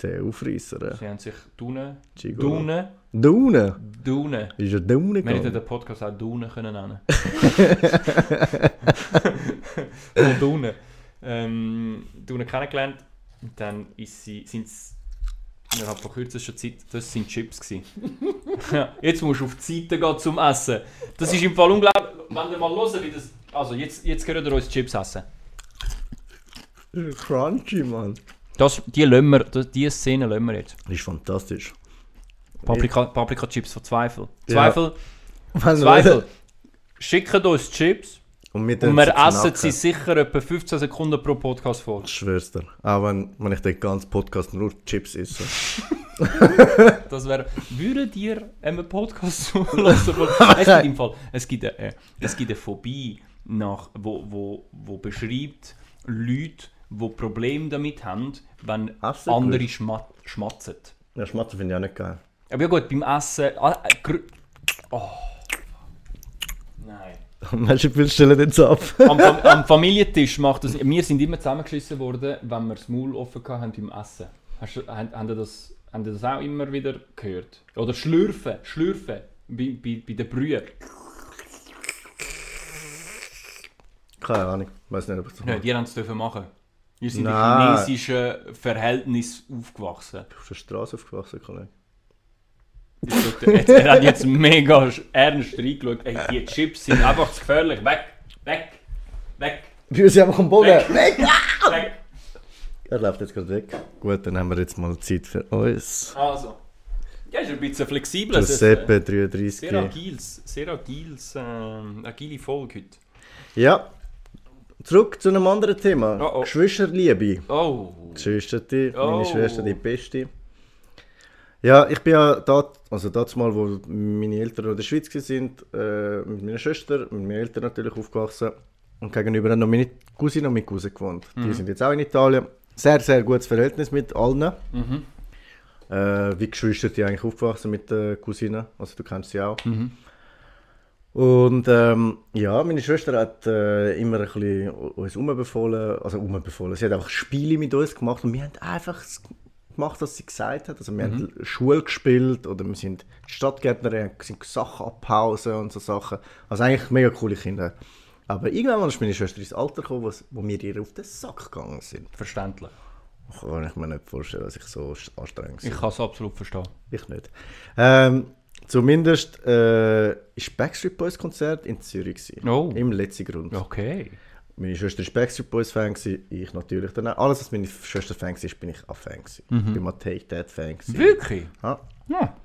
Der Aufreisser. ja.
Sie haben sich Dune,
Gigolo.
Dune,
Da unten?
Dune.
Ist ja da unten
Wir hätten
gegangen?
den Podcast auch Dune können nennen *laughs* können. Dune. Ähm, Dune kennengelernt. Und dann ist sie, sind es innerhalb von kürzester Zeit, das sind Chips gewesen. Ja, jetzt musst du auf die Seite gehen zum Essen. Das ist im Fall unglaublich. Wenn ihr mal hören, wie das... Also, jetzt, jetzt gehört ihr uns Chips essen.
Das ist crunchy, Mann.
Das, die, lassen wir, das, die Szene lassen wir jetzt.
Das ist fantastisch.
Paprika, Paprika-Chips von Zweifel.
Ja.
Zweifel,
Wenn ihr-
Zweifel. Schickt uns Chips
*laughs* Und wir,
und wir essen sie
sie.
sicher etwa 15 Sekunden pro Podcast vor.
Ich schwör's dir. Auch wenn, wenn ich den ganzen Podcast nur Chips esse.
Das wäre. Würdet ihr einem Podcast *laughs* zulassen? es gibt im Fall. Es gibt eine, äh, es gibt eine Phobie, nach, wo, wo, wo beschreibt Leute, die Probleme damit haben, wenn
Essen
andere schma schmatzen.
Ja, Schmatzen finde ich auch nicht geil.
Aber ja gut, beim Essen. ah, äh, grü- oh. Nein.
*laughs* Menschen stellen jetzt ab.
am, Fam- am Familientisch macht das. Wir sind immer zusammengeschissen worden, wenn wir das Maul offen gehabt haben beim Essen. Hast, du- haben, haben, ihr das, haben ihr das auch immer wieder gehört? Oder schlürfen, schlürfen bei, bei, bei den Brühen.
*laughs* Keine Ahnung. Weiß nicht, ob ich das
Nein, die haben es dürfen machen. Ihr seid
Nein.
im chinesischen Verhältnis aufgewachsen.
auf der Straße aufgewachsen, Kollege.
Jetzt schaut er- jetzt, er hat jetzt mega sch- ernst reingeschaut. Ey, die Chips sind einfach zu gefährlich. Weg, weg, weg,
Wir sind einfach am Boden. Weg!
weg.
Er läuft jetzt gerade weg. Gut, dann haben wir jetzt mal Zeit für uns.
Also. Ja, ist ein bisschen flexibel. es ist, äh,
Giuseppe
Sehr
33.
agiles, sehr agiles, ähm, agile Folge heute.
Ja. Zurück zu einem anderen Thema.
Oh, oh.
Geschwisterliebe.
Oh,
Die Schwester, die,
Oh.
meine Schwester, die Beste. Ja, ich bin ja da, also das Mal, wo meine Eltern noch in der Schweiz waren, äh, mit meiner Schwester, mit meinen Eltern natürlich aufgewachsen. Und gegenüber haben noch meine Cousine und mein Cousin gewohnt. Die sind jetzt auch in Italien. Sehr, sehr gutes Verhältnis mit allen. Äh, wie Geschwister, die eigentlich aufgewachsen mit der Cousine. Also du kennst sie auch. Und ähm, ja, meine Schwester hat äh, immer ein bisschen uns umbefohlen, also umbefohlen. Sie hat einfach Spiele mit uns gemacht und wir haben einfach s- gemacht, was sie gesagt hat. Also wir haben Schule gespielt oder wir sind die Stadtgärtnerin, sind Sachen abhausen und so Sachen. Also eigentlich mega coole Kinder. Aber irgendwann mal ist meine Schwester ins Alter gekommen, wo, s- wo wir ihr auf den Sack gegangen sind.
verständlich.
Kann ich mir nicht vorstellen, dass ich so st- anstrengend
Ich kann es absolut verstehen.
ich nicht. Ähm, zumindest äh, ist Backstreet Boys Konzert in Zürich. gewesen.
Oh.
Im letzten Grund.
Okay.
Meine Schwester war Backstreet Boys Fan, gewesen, ich natürlich dann auch. Alles, was meine Schwester Fan war, bin ich auch Fan. gewesen. Ich bin mal Take That Fan. gewesen.
Mhm. Wirklich?
Ja,
Ja,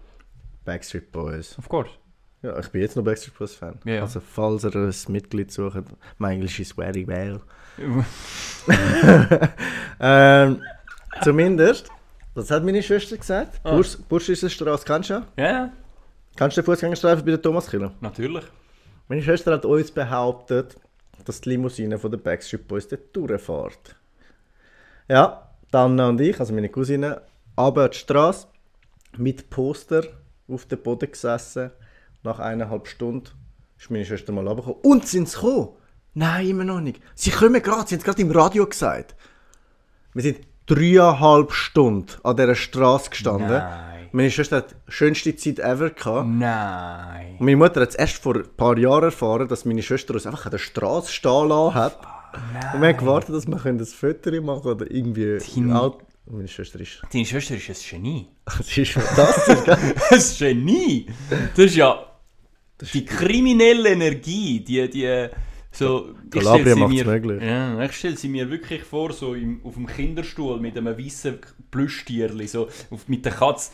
Backstreet Boys.
of course.
Ja, ich bin jetzt noch Backstreet Boys Fan.
Ja, ja.
Also, falls ihr ein Mitglied sucht, mein Englisch ist
*laughs*
very well. Ähm, zumindest, das hat meine Schwester gesagt. Ah. Bursch, Bursch ist eine Straße, kennst du?
Ja, ja,
Kennst du den Fußgängerstreifen bei der Thomaskirche?
natürlich.
Meine Schwester hat uns behauptet, dass die Limousine von den Backstreet Boys dort durchfährt. Ja, Dana und ich, also meine Cousine, aber die Straße mit Poster auf dem Boden gesessen. Nach eineinhalb Stunden ist meine Schwester mal runtergekommen. Und sind sie gekommen? Nein, immer noch nicht. Sie kommen gerade, sie haben es gerade im Radio gesagt. Wir sind dreieinhalb Stunden an dieser Straße gestanden.
Nein.
Meine Schwester hat die schönste Zeit ever gehabt.
Nein.
Und meine Mutter hat es erst vor ein paar Jahren erfahren, dass meine Schwester uns einfach an der Straße stehen lassen hat. Und wir haben gewartet, dass wir können ein Foto machen können oder irgendwie. Alt- Meine Schwester ist. *laughs*
Deine Schwester ist ein Genie.
Sie ist fantastisch, gell?
*laughs* ein Genie! Das ist ja die kriminelle Energie, die, die so... ich
Calabria
stell sie
macht's
mir-
möglich.
Ja, ich stelle sie mir wirklich vor, so im, auf dem Kinderstuhl mit einem weißen Plüschtierli, so auf, mit der Katze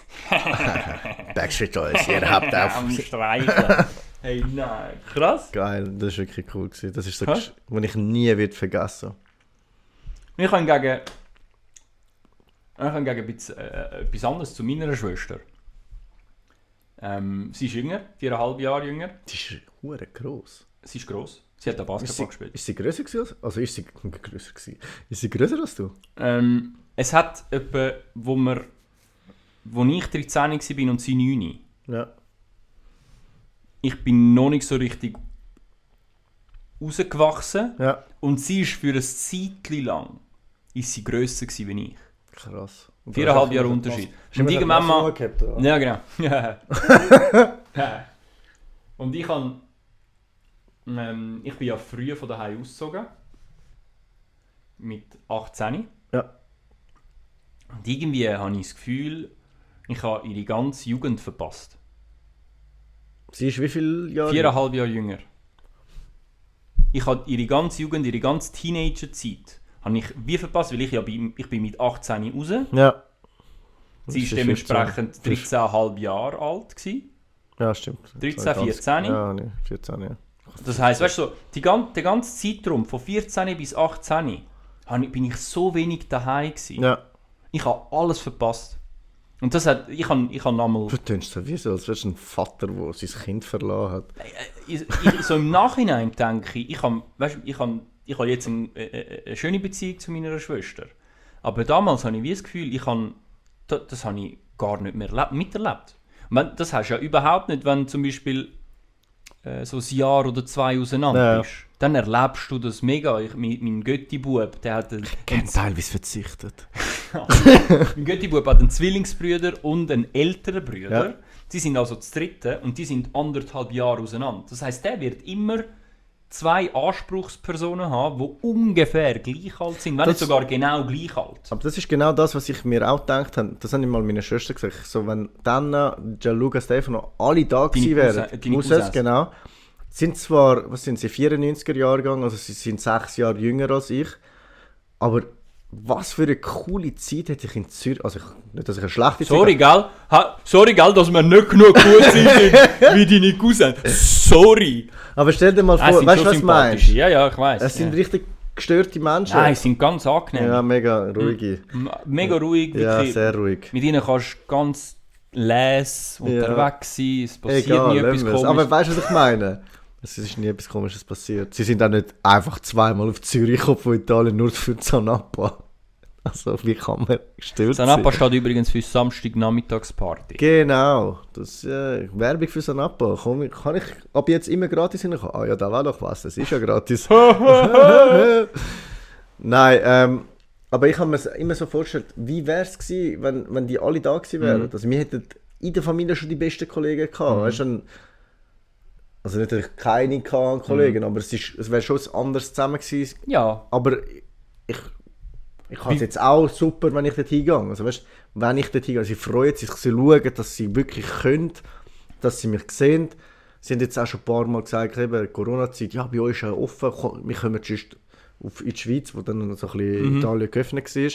Backstreet Boys, ihr habt auf.
Äh, *laughs* am Streicheln. hey, nein. Krass.
Geil, das war wirklich cool. Gewesen. Das ist so,
Hä?
gesch- was ich nie wird vergessen
Ich habe gegen... Ich habe gegen etwas, äh, etwas anderes zu meiner Schwester. Ähm, sie ist jünger, viereinhalb Jahre jünger.
Die ist hure gross.
Sie ist gross. Sie hat auch Basketball
Ist sie,
gespielt.
ist sie grösser gewesen? als- Also ist sie grösser gewesen? Ist sie grösser als du?
Ähm, es hat etwa, wo, wir, wo ich 13 war und sie 9,
Ja.
ich bin noch nicht so richtig rausgewachsen.
Ja.
Und sie ist für ein Zeitchen lang ist sie grösser gewesen wie ich.
Krass. Und
Viereinhalb
da-
Jahre Unterschied.
Hast du immer
Und
den
irgendwann
Klassen
mal-
angehabt, oder?
Ja, genau. Ja. *laughs* und ich kann. Ähm, ich bin ja früh von daheim ausgezogen. Mit 18.
Ja.
Und irgendwie habe ich das Gefühl, ich habe ihre ganze Jugend verpasst.
Sie ist wie viele Jahre?
Viereinhalb Jahre jünger. Ich habe ihre ganze Jugend, ihre ganze Teenagerzeit, habe ich wie verpasst, weil ich ja bin, ich bin mit 18 raus.
Ja.
Sie ist
ist
dementsprechend
14.
13,5 Jahre alt gewesen.
Ja, stimmt.
13, 14?
Ja, nee, 14, ja.
Das heisst, weißt du, so, die ganze, der ganze Zeitraum von 14 bis 18 habe ich- bin ich so wenig daheim gewesen.
Ja.
Ich habe alles verpasst. Und das hat, ich habe, ich habe nochmal,
Du tönst so wie so, als wärst du ein Vater, der sein Kind verloren hat.
äh, ich, ich, so im Nachhinein denke ich, ich habe, weißt, du, ich habe, ich habe jetzt ein, äh, äh, eine schöne Beziehung zu meiner Schwester. Aber damals habe ich wie das Gefühl, ich habe, das, das habe ich gar nicht mehr erlebt- miterlebt. Und wenn- Das hast du ja überhaupt nicht, wenn zum Beispiel äh, so ein Jahr oder zwei auseinander
Ja.
bist. Dann erlebst du das mega. Ich, mein mein Götti-Bub, der hat einen,
Kein teilweise verzichtet.
mein Götti-Bub hat einen Zwillingsbruder und einen älteren Bruder.
Ja.
Die sind also das dritte und die sind anderthalb Jahre auseinander. Das heißt, der wird immer zwei Anspruchspersonen haben, die ungefähr gleich alt sind, wenn nicht
Das-
sogar genau gleich alt.
Aber das ist genau das, was ich mir auch gedacht habe. Das habe ich mal meiner Schwester gesagt. So, wenn Dana, Gianluca, Stefano alle da
Cousins-
gewesen wären,
deine
Cousins,
Cousins.
genau, sind zwar, was sind sie, 94er Jahrgang, also sie sind sechs Jahre jünger als ich, aber was für eine coole Zeit hätte ich in Zürich. Also, ich, nicht, dass ich eine schlechte
Sorry,
Zeit
gell? Ha, sorry, gell, dass wir nicht genug gut
*laughs*
sind wie deine Cousins. Sorry!
habe. Aber stell dir mal
Nein, es
vor,
Ah, sind
weißt du,
schon
was ich meine?
sympathische. Ja, ja, ich weiß.
Es sind
ja.
richtig gestörte Menschen.
Nein, es sind ganz angenehm.
ja, mega ruhige.
M- Mega ruhig,
Ja,
wirklich.
sehr ruhig.
Mit ihnen kannst du ganz les
Ja.
unterwegs sein, es passiert
Egal,
nie
lassen
etwas
wir es. Aber
komisches.
weißt du, was ich meine? Es ist nie etwas Komisches passiert. Sie sind auch nicht einfach zweimal auf Zürich gekommen von Italien, nur für Zanapa. Also, wie kann man gestört
Sanapa
sein?
steht halt übrigens für Samstagnachmittagsparty.
Genau, das äh, Werbung für Sanapa. Komm, ich- kann ich ab jetzt immer gratis hinkommen? Ah ja, da war doch was, das ist ja gratis. Nein, ähm, aber ich habe mir immer so vorgestellt, wie wäre es gewesen, wenn, wenn die alle da gewesen wären? Also wir hätten in der Familie schon die besten Kollegen gehabt. Weißt, du, dann, also nicht, dass ich keine hatte an Kollegen, aber es, ist- es wäre schon ein anderes zusammen gewesen.
Ja,
Aber ich, ich habe es jetzt auch super, wenn ich dort hingehe. Also weißt, wenn ich dort hingehe, sie freuen sich, sie schauen, dass sie wirklich können, dass sie mich sehen. Sie haben jetzt auch schon ein paar Mal gesagt, eben Corona-Zeit, ja, bei euch ist ja offen, komm, wir kommen sonst auf in die Schweiz, wo dann noch so ein bisschen
Mhm.
Italien geöffnet war. Dann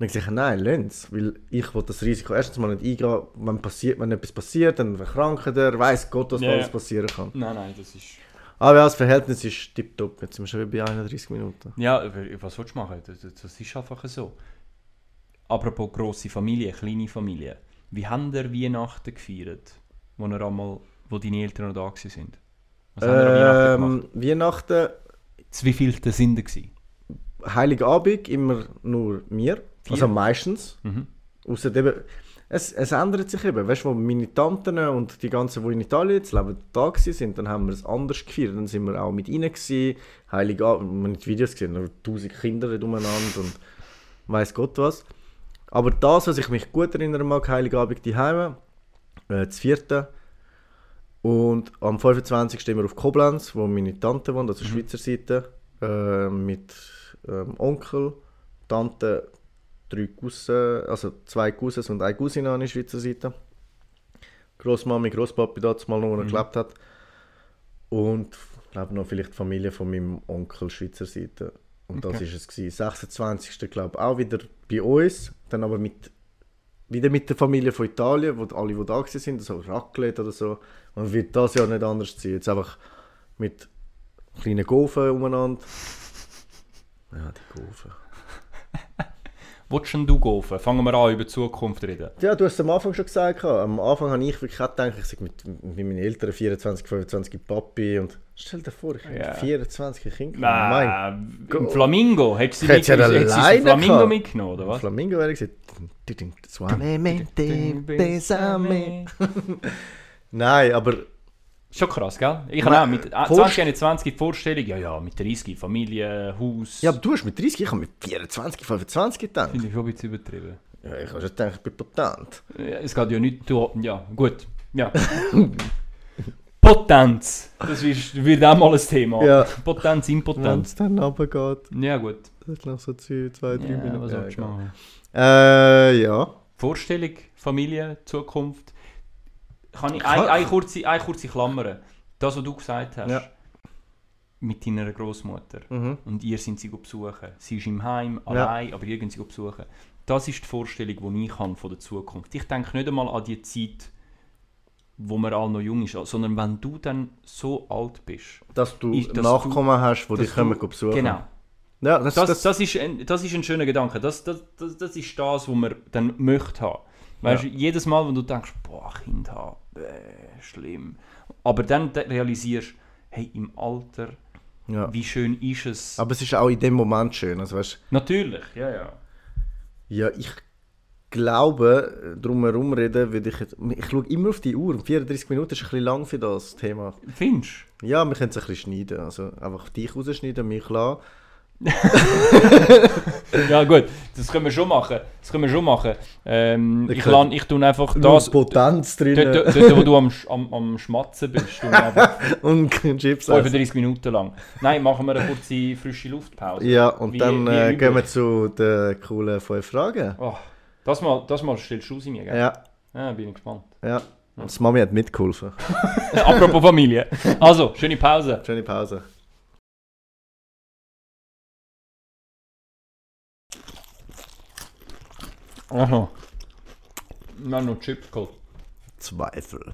habe ich gesagt, nein, Lenz, weil ich will das Risiko erstens mal nicht eingehen, wenn, passiert, wenn etwas passiert, dann verkrankt er, weiß Gott, was
Ja,
alles
ja.
passieren kann.
nein, nein, das ist...
Aber ja, das Verhältnis ist tipptopp, jetzt sind wir schon wieder bei 31 Minuten.
Ja, aber was willst du machen? Das, das- das ist einfach so. Apropos grosse Familie, kleine Familie. Wie haben ihr Weihnachten gefeiert, wo, ihr einmal, wo deine Eltern noch da waren? Was haben ihr an Weihnachten gemacht?
Ähm, Weihnachten,
Zu wie viel das sind ihr? gewesen?
Heiligabend immer nur mir. Also meistens.
Mhm.
Außer eben, es, es ändert sich eben. Weißt du, wo meine Tanten und die ganzen, die in Italien jetzt leben, da sind, dann haben wir es anders gefeiert. Dann sind wir auch mit ihnen. Gewesen. Heiligabend, wir haben nicht Videos gesehen, aber tausend Kinder dort umeinander und weiß Gott was. Aber das, was ich mich gut erinnern mag, Heiligabend die Heime, äh, das vierte. Und am 25. stehen wir auf Koblenz, wo meine Tante wohnt, also Schweizer Seite, äh, mit ähm, Onkel, Tante, drei Cousins, also zwei Cousins und eine Cousine an der Schweizer Seite. Großmami, Großpapi dort mal noch, wo er gelebt hat. Und ich glaube noch vielleicht die Familie von meinem Onkel Schweizer Seite. Und das ist es gewesen. 26. glaube ich auch wieder bei uns, dann aber mit wieder mit der Familie von Italien, wo alle, die da gewesen sind, so Raclette oder so. Und wird das Jahr nicht anders sein. Jetzt einfach mit kleinen Gofen umeinander. Ja, die Gofen.
Willst denn du gehen? Fangen wir an, über die Zukunft zu reden.
Ja, du hast es am Anfang schon gesagt. gehabt. Am Anfang habe ich wirklich auch gedacht, ich sage mit, mit meinen Eltern 24, 25 Papi und stell dir vor, ich habe
Ja.
24 Kinder. Mein
Nein, ein Flamingo. Hättest du sie
Hättest du ja
mitgenommen- hättest du sie
alleine
ein eh, Flamingo
gehabt.
mitgenommen, oder was?
Flamingo wäre gesagt. Suavemente, besame. Nein, aber
Schon krass, gell? Ich habe auch mit äh,
Vorst-
2021 die Vorstellung, ja, ja, mit 30, Familie, Haus.
ja, aber du hast mit 30, ich habe mit 24, 25 gedacht.
Finde ich schon ein bisschen übertrieben.
Ja, ich habe schon gedacht, ich bin potent.
Ja, Es geht ja nicht. Du, ja, gut.
*laughs*
Ja. Potenz. Das ist, wird auch mal ein Thema.
Ja.
Potenz,
Wenn
Impotenz.
es dann runtergeht,
Ja, gut.
das nach so zwei, zwei drei
Ja,
Minuten.
was sollst du
egal.
machen?
Äh, ja.
Vorstellung, Familie, Zukunft. Kann ich
Kann-
eine, eine, kurze, eine kurze Klammer. Das, was du gesagt hast,
Ja.
mit deiner Großmutter
Mhm.
und ihr sind sie go besuchen. Sie ist im Heim,
Ja.
allein, aber ihr gehen sie go besuchen. Das ist die Vorstellung, die ich habe von der Zukunft. Ich denke nicht einmal an die Zeit, wo man alle noch jung ist, sondern wenn du dann so alt bist.
Dass du
Ist das
Nachkommen hast, die
dass
dich kommen
du-
besuchen.
Genau.
Ja, das,
Das,
das,
das, ist ein, das ist ein schöner Gedanke. Das, das, das, das ist das, was man dann möchte haben. Weißt du, jedes Mal, wenn du denkst, boah, Kind haben, äh, schlimm. Aber dann de- realisierst hey, im Alter,
ja.
wie schön ist es.
Aber es ist auch in dem Moment schön. Also, weißt,
Natürlich, ja, ja.
ja, ich glaube, drum herum reden würde ich jetzt. Ich schaue immer auf die Uhr. 34 Minuten ist ein bisschen lang für das Thema.
Findest
Ja, wir können es ein bisschen schneiden. Also einfach dich rausschneiden, mich lassen.
du? Ja, gut, das können wir schon machen. Das können wir schon machen. Ähm, ich
können-
lan, ich tue einfach
Das
das. Dort,
Potenz drin
dort, dort, wo du am, Sch- am, am Schmatzen bist, tue ich *laughs* einfach
*laughs* und
Oh,
Chips. essen.
35 Minuten lang. Nein, machen wir eine kurze frische Luftpause.
Ja, und
Wie-
dann
wie
äh,
üblich.
gehen wir zu den coolen fünf Fragen.
Oh, das, mal, das mal stellst du aus mir, gell?
Ja,
Ja, bin ich gespannt. *laughs*
ja. Und die Mami hat mitgeholfen.
Apropos Familie. Also, schöne Pause.
Schöne Pause.
Aha. Wir haben noch Chips geholt.
Zweifel.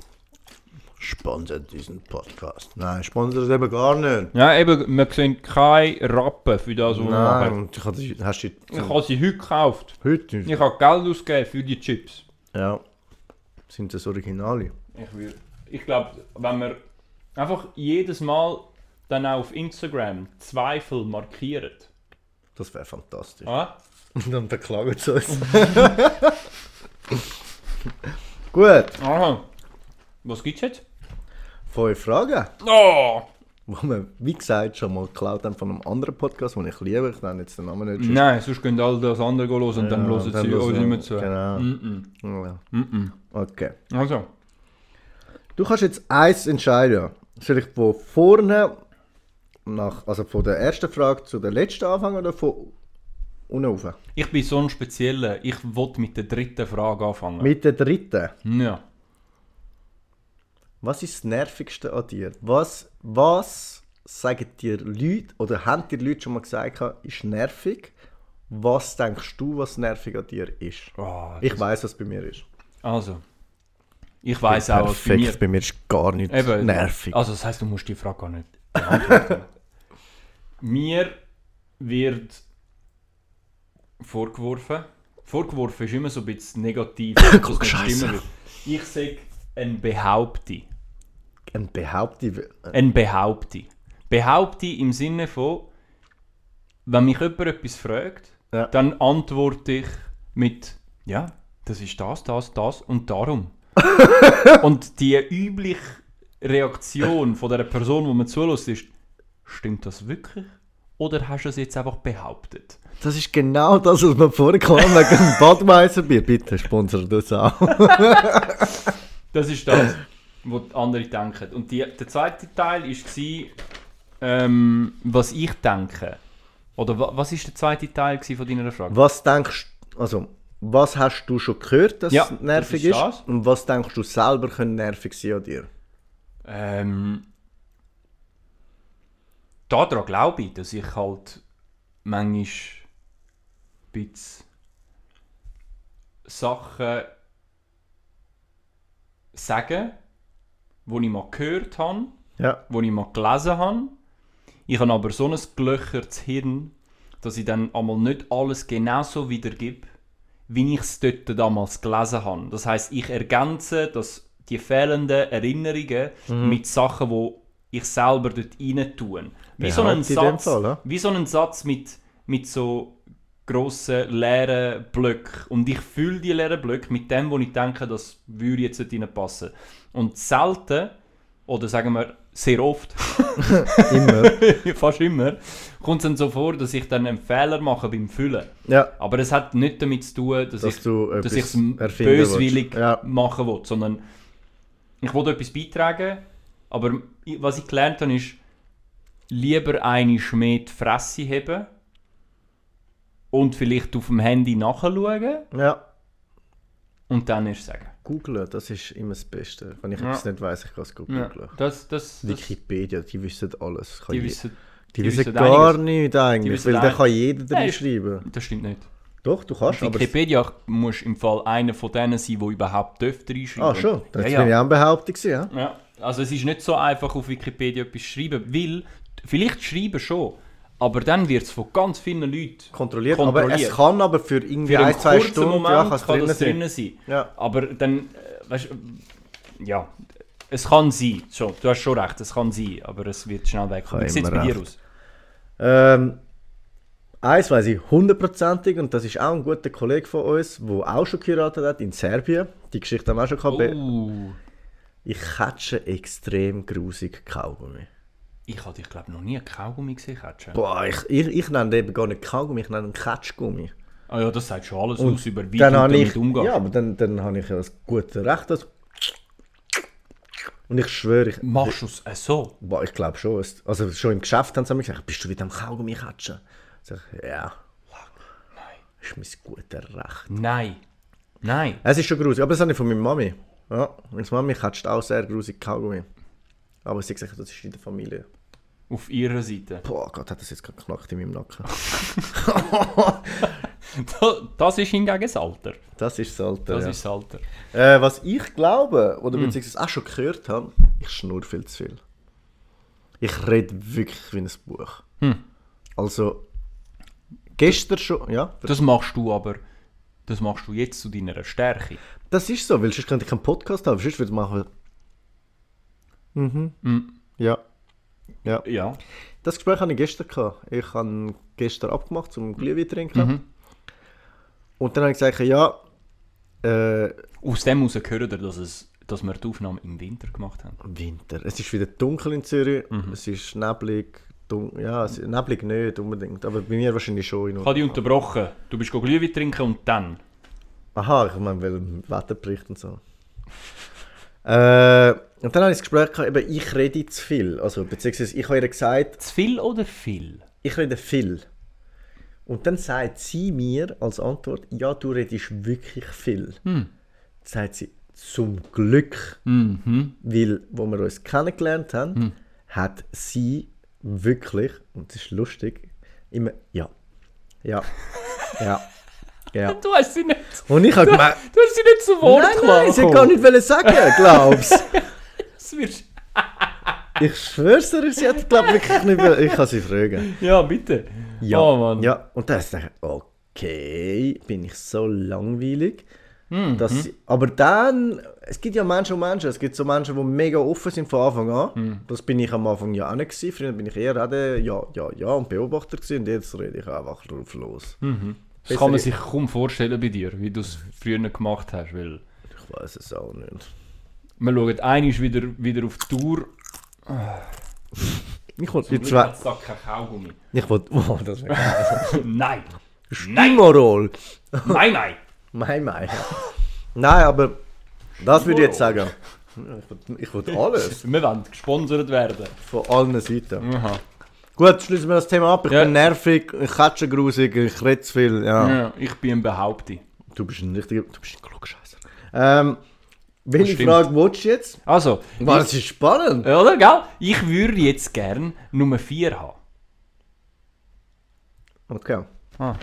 Sponsert diesen Podcast. Nein, sponsert es eben gar nicht.
Ja, eben, wir sehen keine Rappen für das, was wir
Nein,
machen.
und ich hatte, hast du die-
Ich habe sie heute gekauft.
heute nicht.
Ich habe Geld ausgegeben für die Chips.
Ja. Sind das Originale?
Ich, würd- ich glaube, wenn wir einfach jedes Mal dann auch auf Instagram Zweifel markieren.
Das wäre fantastisch.
*laughs* Ah?
Und dann verklagen sie uns. *laughs* Gut,
Aha. Was gibt's jetzt?
fünf Fragen,
Oh!
die wir, wie gesagt, schon mal geklaut haben von einem anderen Podcast, den ich liebe. Ich nenne jetzt den Namen nicht.
Nein, sonst gehen alle das andere gehen los und Mhm. dann hören sie
hören
uns
sie-
nicht mehr zu.
genau.
Mm
Ja.
-mm.
Okay.
Mm -mm. Also,
Du kannst jetzt eins entscheiden. Soll ich von vorne, nach, also von der ersten Frage zu der letzten anfangen oder von unten rauf?
ich bin so ein Spezieller. Ich wollte mit der dritten Frage anfangen.
Mit der dritten.
ja.
Was ist das Nervigste an dir? Was, was sagen dir Leute oder haben dir Leute schon mal gesagt, ist nervig? Was denkst du, was nervig an dir ist?
Oh,
Ich weiß, was bei mir ist.
Also, ich weiß auch, was bei mir
bei mir ist gar nichts
Eben,
nervig.
Also das heißt, du musst die Frage gar nicht beantworten.
*laughs*
Mir wird vorgeworfen, vorgeworfen ist immer so ein bisschen
*laughs*
negativ. dass es nicht
Scheisse.
stimmen wird. Ich sage ein Behaupte.
Und behaupte,
Ein Behaupte. Behaupte im Sinne von, wenn mich jemand etwas fragt,
Ja.
dann antworte ich mit, ja, das ist das, das, das und darum. und die übliche Reaktion von der Person, die man zulässt, ist, stimmt das wirklich? Oder hast du es jetzt einfach behauptet?
das ist genau das, was man vorher kam wegen dem Badmeiserbier. Bitte sponsor das auch.
Das ist das, was die anderen denken. Und die, der zweite Teil war, ähm, was ich denke. Oder wa, was war der zweite Teil gewesen von deiner Frage?
Was denkst du, also was hast du schon gehört, dass
Ja,
es nervig
das ist
ist?
das.
Und was denkst du selber könnte nervig sein an dir?
Ähm, daran glaube ich, dass ich halt manchmal ein bisschen Sachen sage, die ich mal gehört habe,
Ja.
die ich mal gelesen habe. Ich habe aber so ein gelöchertes Hirn, dass ich dann einmal nicht alles genauso wiedergebe, wie ich es dort damals gelesen habe. Das heißt, ich ergänze das, die fehlenden Erinnerungen mit Sachen, die ich selber dort rein tue. Wie, so
Behaupte
einen
in dem
Satz,
Fall, ja.
wie so einen Satz mit, mit so grossen leeren Blöcken. Und ich fülle die leeren Blöcke mit dem, wo ich denke, das würde jetzt nicht reinpassen. Und selten, oder sagen wir sehr oft,
Immer.
*laughs* fast immer, kommt es dann so vor, dass ich dann einen Fehler mache beim Füllen.
ja.
Aber es hat nichts damit zu tun, dass,
Dass
ich,
du
dass ich es
etwas erfinden willst.
böswillig
Ja.
machen will, sondern ich will etwas beitragen, aber ich- was ich gelernt habe, ist, lieber eine mehr die Fresse heben und vielleicht auf dem Handy nachschauen
Ja.
und dann erst sagen.
Googlen, das ist immer das Beste. Wenn ich etwas nicht weiß, ich kann es googeln.
Das, das, das, die
Wikipedia, die wissen alles. Kann je-
wissen,
die
die
wissen
wissen
gar
einiges.
nichts
Die
eigentlich,
wissen
weil da
einiges.
kann jeder
Nein,
drin
ist-
schreiben.
das stimmt nicht.
Doch, du kannst, aber...
Wikipedia musst im Fall einer von denen sein, die überhaupt dürfte reinschreiben.
Ah, schon. Das
Ja,
bin
ja.
ich auch behauptet gewesen, ja?
Ja, also es ist nicht so einfach auf Wikipedia etwas schreiben, weil vielleicht schreiben schon, aber dann wird es von ganz vielen Leuten
Kontrolliert, aber
Kontrolliert.
es kann aber für irgendwie
für einen
ein, zwei
kurzen
Stunden
Moment
ja,
kann,
kann's drin
das
sein.
drinnen sein.
Ja.
Aber dann, äh, weißt du, ja, es kann sein, schon, du hast schon recht, es kann sein, aber es wird schnell weg.
Kann
Wie sieht es
immer
bei dir
recht.
aus?
Ähm, eins weiß ich hundertprozentig und das ist auch ein guter Kollege von uns, der auch schon geheiratet hat in Serbien. Die Geschichte haben wir auch schon gehabt.
Uh,
Ich catche extrem grusig Kaugummi.
ich habe dich, glaube ich, noch nie einen Kaugummi gesehen, Katja.
Boah, ich, ich, ich nenne den eben gar nicht Kaugummi, ich nenne ihn Katschgummi.
Ah ja, das sagt schon alles aus, über wie du
Dann habe
damit
ich,
umgehst.
ja, aber dann, dann habe ich ja das gute Recht. Das und ich schwöre, ich,
Machst du es äh, so?
boah, ich glaube schon, es, also schon im Geschäft haben sie mir gesagt, bist du wieder am Kaugummi katschen? Sag ich, ja, das ist mein gutes Recht.
Nein. Nein.
Es ist schon grusig, aber das habe ich von meiner Mami. Ja, meine Mami katscht auch sehr grusig Kaugummi. Aber sie hat gesagt, das ist in der Familie.
Auf ihrer Seite. *laughs*
Boah Gott, hat das jetzt gerade geknackt in meinem Nacken.
Da- Das ist hingegen das Alter.
Das ist das Alter.
Das
ja.
ist halt Hm. das Alter.
Äh, was ich glaube, oder beziehungsweise auch schon gehört habe, ich schnurre viel zu viel. Ich rede wirklich wie ein Buch.
Hm.
Also, gestern schon, ja.
Das machst du aber, das machst du jetzt zu deiner Stärke.
Das ist so, weil sonst könnte ich keinen Podcast haben, sonst würde ich machen. Mhm. Ja. Ja.
Ja.
Das Gespräch hatte ich gestern. Gehabt. Ich habe gestern abgemacht zum Glühwein trinken. Und dann habe ich gesagt, ja, äh,
Aus dem heraus gehört ihr, dass, es, dass wir die Aufnahme im Winter gemacht haben.
Winter. Es ist wieder dunkel in Zürich. Es ist neblig. Dun ja, es, neblig nicht unbedingt. Aber bei mir wahrscheinlich
Ich
schon.
habe dich unterbrochen. Du bist go Glühwein trinken und dann.
Aha, ich meine, weil Wetterbericht und so. Äh, und dann habe ich das Gespräch gehabt, eben, ich rede zu viel. Also, beziehungsweise ich habe ihr gesagt,
Zu viel oder viel?
ich rede viel. Und dann sagt sie mir als Antwort, ja, du redest wirklich viel. Dann sagt sie, zum Glück. Weil, wo wir uns kennengelernt haben, hat sie wirklich, und das ist lustig, immer, ja, ja, ja, ja.
Du hast sie nicht,
Und ich habe gemerkt,
du hast sie nicht zu Wort
nein, nein, sie hat gar nicht wollen sagen, glaubst
Das wirst-
Ich schwör's dir, sie hat, glaub wirklich nicht wollen. Ich kann sie fragen.
Ja, bitte.
Ja,
Oh, Mann.
ja. Und dann habe ich gedacht, okay, bin ich so langweilig. Dass sie, aber dann, es gibt ja Menschen und Menschen. Es gibt so Menschen, die mega offen sind von Anfang an. Das bin ich am Anfang ja auch nicht. Gewesen. Früher bin ich eher rede, ja, ja, ja und Beobachter gewesen. Und jetzt rede ich einfach drauf los.
Das kann man sich kaum vorstellen bei dir, wie du es früher gemacht hast, weil
Ich weiß es auch nicht.
wir schauen einmal wieder, wieder auf die Tour.
Ich wollte die zwei.
da kein Kaugummi.
Ich wollte. *laughs* Oh, das wäre geil.
nein,
Stimorol!
nein, nein.
Mein, mein. Nein, aber das würde ich jetzt sagen. Ich will- Ich will alles.
Wir wollen gesponsert werden.
Von allen Seiten. Gut, schließen wir das Thema ab. Ich
Ja.
bin nervig, ich catche grusig, ich rede zu viel. Ja.
Ja, ich bin ein Behaupter.
Du bist ein richtiger. Du bist ein Klugscheißer. Ähm, welche
stimmt. Äh.
Frage willst du jetzt?
Also,
War das ist spannend.
ich, oder, gell? Ich würde jetzt gern Nummer 4 haben.
Okay.
Ah.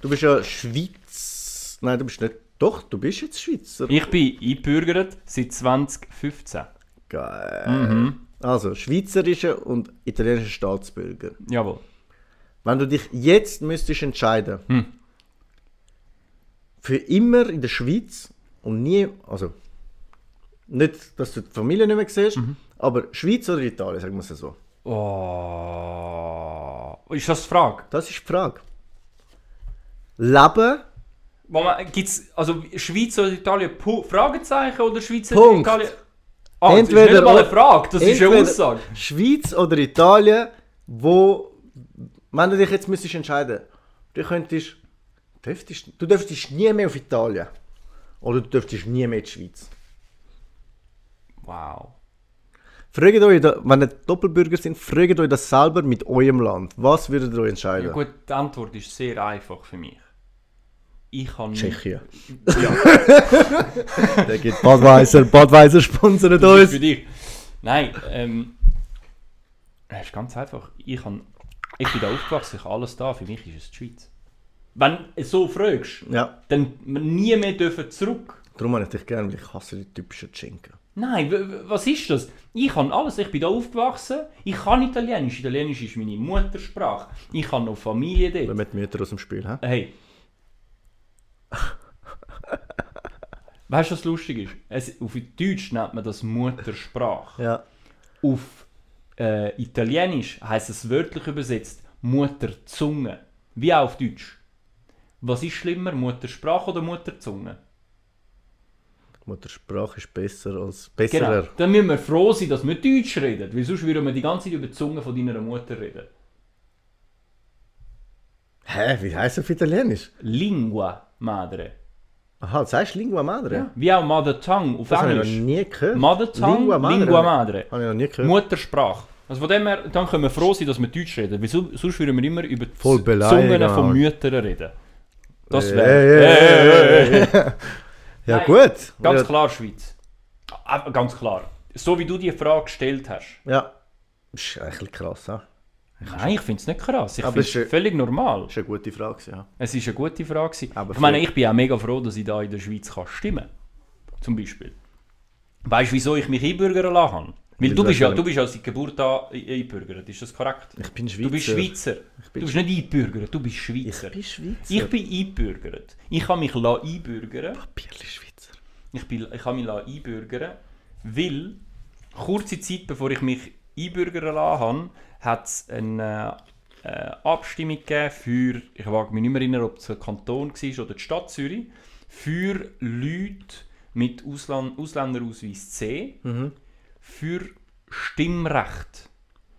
Du bist ja Schweiz. Nein, du bist nicht. Doch, du bist jetzt Schweizer.
Ich bin eingebürgert seit 2015.
Geil.
Mhm.
Also, schweizerische und italienische Staatsbürger.
Jawohl.
Wenn du dich jetzt müsstest entscheiden,
Hm.
für immer in der Schweiz und nie, also nicht, dass du die Familie nicht mehr siehst,
Mhm.
aber Schweiz oder Italien, sagen wir es so.
Oh. Ist das die Frage?
Das ist die Frage. Leben,
Moment, gibt's, also Schweiz oder Italien, Pu Fragezeichen oder Schweiz oder
Punkt.
Italien? Ah, das ist
Entweder
nicht mal
o-
eine Frage, das ist eine
entweder
Aussage.
Schweiz oder Italien, wo, wenn du dich jetzt müsstest entscheiden, du könntest, dürftest, du dürftest nie mehr auf Italien oder du dürftest nie mehr in die Schweiz.
Wow.
Fragt euch, da- wenn ihr Doppelbürger sind, fragt euch das selber mit eurem Land. Was würdet ihr euch entscheiden?
Gut, die Antwort ist sehr einfach für mich. Ich habe
Tschechien. Ja. *laughs* Der geht Budweiser, Budweiser sponsert
Das ist für
uns.
dich. Nein, ähm. Es ist ganz einfach. Ich, han, ich bin da aufgewachsen, ich habe alles da. Für mich ist es die Schweiz. Wenn du so fragst,
Ja,
dann wir nie mehr dürfen zurück.
darum habe ich dich gerne, weil ich hasse die typischen Schinken.
Nein, w- w- was ist das? Ich habe alles, ich bin da aufgewachsen, ich kann Italienisch, Italienisch ist meine Muttersprache, ich habe noch Familie
Wenn
dort.
wir die Mütter aus dem Spiel haben.
Hey. Weißt du, was lustig ist? Es, auf Deutsch nennt man das Muttersprache.
Ja.
auf äh, Italienisch heißt es wörtlich übersetzt Mutterzunge, wie auch auf Deutsch. Was ist schlimmer, Muttersprache oder Mutterzunge?
Muttersprache ist besser als
Genau.
besserer.
Dann müssen wir froh sein, dass wir Deutsch reden, weil sonst würden wir die ganze Zeit über die Zunge von deiner Mutter reden.
Hä, wie heißt das auf Italienisch?
Lingua madre.
Aha, das heißt Lingua Madre.
Wie auch Mother Tongue auf
Das habe ich noch
Englisch.
nie gehört.
Mother Tongue, Lingua Madre.
Habe ich noch nie gehört.
Muttersprache. Also von dem her, dann können wir froh sein, dass wir Deutsch reden, weil so- sonst würden wir immer über die
Voll Äh,
Z-
beleidigend.
Zungen von Müttern reden. Das wäre...
Hey, hey, hey, hey.
*laughs*
ja
Nein.
gut.
Ganz
ja,
klar, Schweiz. Ah, Ganz klar. So wie du die Frage gestellt hast.
Ja. Ist eigentlich krass, hä?
Nein, ich finde es nicht krass. Ich
Aber
finde
es ist-
es völlig normal.
Das ist eine gute Frage, ja.
Es ist eine gute Frage. gewesen.
Aber
ich meine,
für-
ich bin auch mega froh, dass ich da in der Schweiz kann stimmen kann. Zum Beispiel. Weißt du, wieso ich mich einbürgern lassen habe? Weil
Weil
du
du
bist, ja,
hast-
du bist ja seit Geburt an ein- eingebürgert, ist das korrekt?
Ich bin Schweizer.
Du bist Schweizer.
bin-
Du bist nicht eingebürgert, du bist
Ich
Schweizer.
bin Schweizer.
Ich bin eingebürgert. Ich habe mich la einbürgern.
Papierli Schweizer.
Ich, bin, ich habe mich la einbürgern, weil kurze Zeit bevor ich mich einbürgern lassen habe, hat es eine äh, Abstimmung gegeben für, ich wage mich nicht mehr erinnern, ob es ein Kanton war oder die Stadt Zürich, für Leute mit Ausland Ausländerausweis C
Mhm.
für Stimmrecht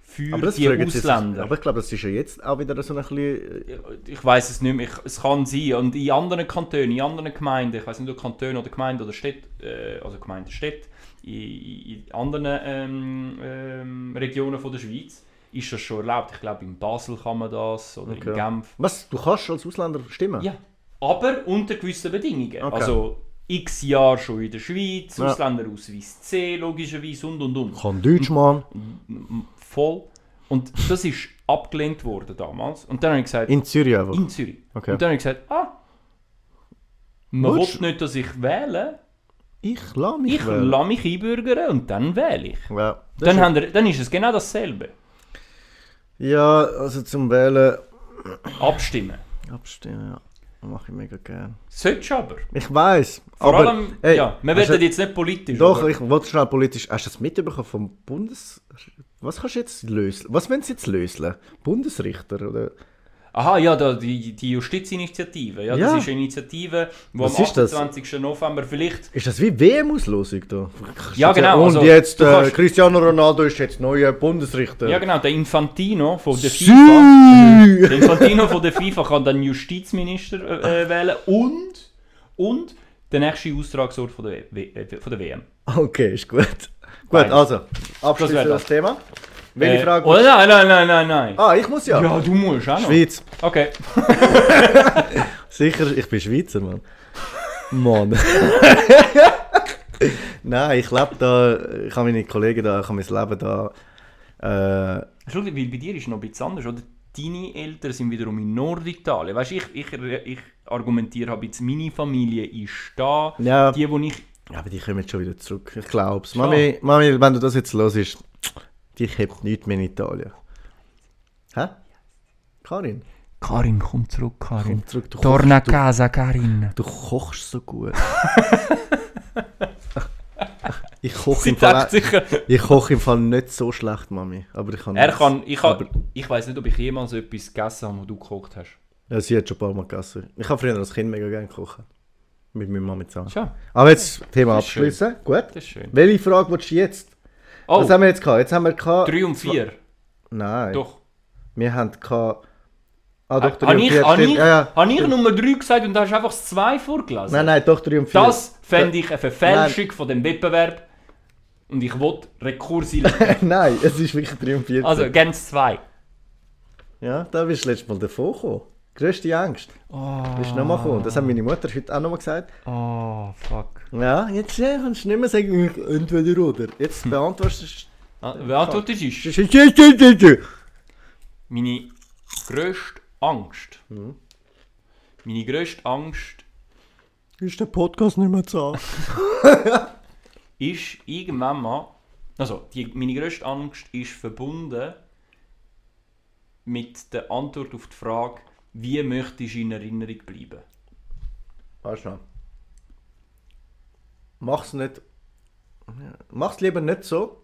für
Aber das
die
fragen sie sich-
Ausländer.
Aber ich glaube, das ist ja jetzt auch wieder so ein bisschen... äh,
ich weiß es nicht mehr, ich, es kann sein. Und in anderen Kantonen, in anderen Gemeinden, ich weiß nicht, ob Kantone oder Gemeinde oder Städte, äh, also Gemeinde, Städte, in, in in anderen ähm, ähm, Regionen von der Schweiz ist das schon erlaubt. Ich glaube, in Basel kann man das oder
Okay.
in Genf.
Was? Du kannst als Ausländer stimmen?
Ja, aber unter gewissen Bedingungen.
Okay.
Also x Jahre schon in der Schweiz,
Ja.
Ausländerausweis C logischerweise und und und.
Kann Deutsch, Mann.
Voll. Und das ist abgelehnt worden damals. Und dann habe ich gesagt,
In Zürich einfach.
in Zürich.
Okay.
Und dann habe ich gesagt, ah, man
Willst-
will nicht, dass ich wähle.
Ich lasse mich
Ich
wählen.
lasse mich einbürgern und dann wähle ich.
Ja, das
Dann,
ist-
haben wir, dann ist es genau dasselbe.
ja, also zum Wählen
Abstimmen.
abstimmen, ja. Mache ich mega gerne.
Solltest du aber.
Ich weiß.
Vor
aber, also,
allem,
ey,
ja, wir
hast
werden
du-
jetzt nicht politisch.
Doch,
aber-
ich wollte schnell politisch. Hast du das mitbekommen vom Bundes. Was kannst du jetzt lösen? Was wollen sie jetzt lösen? Bundesrichter? Oder?
Aha, ja, da, die, die Justizinitiative. Ja,
Ja.
Das ist eine Initiative, die
Was
am
ist das?
28. November vielleicht.
Ist das wie WM-Auslosung da?
Ja, genau,
Und
also,
jetzt
du
äh,
kannst-
Cristiano Ronaldo ist jetzt neuer Bundesrichter.
Ja, genau, der Infantino von der
Sü-
FIFA. Der Infantino von der FIFA kann dann Justizminister äh, äh, wählen und, und den nächsten Austragsort von der, w äh, von der WM.
Okay, ist gut. Gut,
Nein.
also, abschließend
wäre
das,
das.
Thema.
Äh,
Welche Frage?
Oh, nein, nein, nein, nein, nein.
Ah, ich muss ja.
Ja, du musst auch noch.
Schweiz.
Okay.
Sicher, ich bin Schweizer, Mann.
*laughs*
Mann. Nein, ich lebe da, ich habe meine Kollegen da, ich habe mein Leben da. Äh,
Schau, weil bei dir ist noch ein bisschen anders, oder? Deine Eltern sind wiederum in Norditalien. Weißt du, ich, ich, ich argumentiere habe jetzt, meine Familie ist da.
ja,
Die, wo ich.
aber die kommen jetzt schon wieder zurück. Ich glaube es. Mami, Mami, wenn du das jetzt hörst, dich hebt nichts mehr in Italien. Hä? Karin,
Karin, komm zurück,
*laughs*
Karin.
komm zurück, du, kochst,
Torna a casa, Karin.
du kochst
*laughs*
so gut. ich koche
Sie
im Fall,
denkt sicher.
ich koche im Fall nicht so schlecht, Mami. Aber ich kann
Er
nichts.
kann. Ich,
Aber-
kann, ich weiß nicht, ob ich jemals etwas gegessen habe, was du gekocht hast.
Ja, sie hat schon ein paar Mal gegessen. Ich habe früher als Kind mega gerne gekocht. Mit meiner Mama zusammen.
Tja,
Aber jetzt Thema
Das ist
abschließen. Gut.
das ist schön.
Welche Frage willst du jetzt?
Oh,
Was haben wir jetzt gehabt? Jetzt haben wir gehabt...
3 und 4.
Nein.
Doch. Äh,
Wir haben gehabt... Ah, doch, drei
Habe
und
ich,
vier,
hab
stimmt.
ich,
ja, ja.
hab ich Nummer 3 gesagt und hast einfach das 2 vorgelesen?
Nein, nein, doch, drei und vier.
Das fände ich eine Verfälschung von dem Wettbewerb. Und ich will Rekurs
*laughs*
einlegen.
*laughs* nein, es ist wirklich drei und vier.
Also, ganz zwei.
Ja, da bist du letztes Mal davon gekommen. Grösste Angst.
Oh,
Bist du nochmal gekommen. Das hat meine Mutter heute auch nochmal gesagt.
fuck.
Ja, jetzt äh, kannst du nicht mehr sagen, "Äh, entweder oder. Jetzt beantwortest
Wer antwortet ist, ist
du...
meine grösste Angst.
Mhm.
Meine grösste Angst
Ist der Podcast nicht mehr zu haben?
ist irgendwann mal. Also, die, meine grösste Angst ist verbunden mit der Antwort auf die Frage, wie möchtest du in Erinnerung bleiben?
Warte schnell. Mach's nicht. Ja, Mach's lieber nicht so.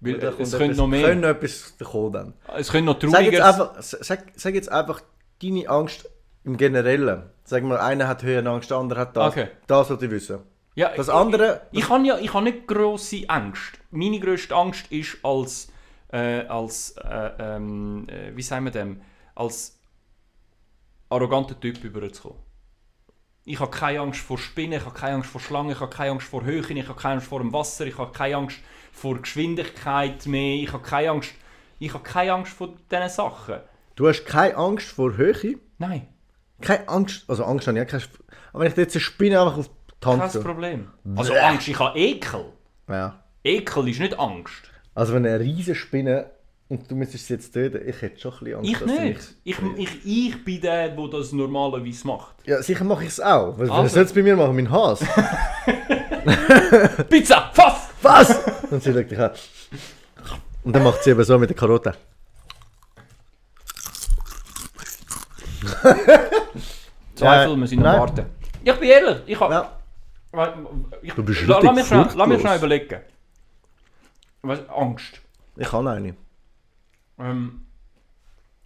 Weil
weil da
äh, es
kommt
könnte
etwas-
noch
Könnte
mehr.
noch etwas kommen dann.
Es könnte noch
Sag jetzt,
trauriger
einfach, s- sag, sag jetzt einfach deine Angst im Generellen. Sag mal, einer hat Höhenangst, der andere hat das.
Okay.
Das sollte ich wissen.
Ja,
Das
ich-
andere-
Ich, ich habe ja ich habe nicht grosse Angst. Meine grösste Angst ist als. Äh, als äh, ähm, äh, wie sagen wir dem? Als arroganter Typ überzukommen. Ich habe keine Angst vor Spinnen, ich habe keine Angst vor Schlangen, ich habe keine Angst vor Höhen, ich habe keine Angst vor dem Wasser, ich habe keine Angst vor Geschwindigkeit mehr, ich habe keine Angst. Ich habe keine Angst vor diesen Sachen.
Du hast keine Angst vor Höhe.
Nein,
Keine Angst. Also Angst habe ich auch keine. Aber wenn ich dir jetzt eine Spinne einfach auf die
kein
Hand tue.
Problem. Also Angst, ich habe Ekel.
Ja.
Ekel ist nicht Angst.
Also wenn eine riesige Spinne Und du müsstest es jetzt töten. Ich hätte schon ein bisschen Angst.
Ich
dass du
nicht. Ich, ich, ich bin der, der das normalerweise macht.
Ja, sicher mache ich es auch. Was,
Aber-
was soll es bei mir machen? Mein Hase?
Pizza! Fass!
*laughs* Was? Und sie schaut dich an. Und dann macht sie eben so mit der Karotte.
Zweifel, wir sind
nein.
am Warten. Ja, ich bin ehrlich. Ich hab,
Ja.
ich,
Du bist
la,
richtig
lass mich schnell, lass mich
furchtlos.
schnell überlegen. Was, Angst.
Ich kann eine.
Ähm,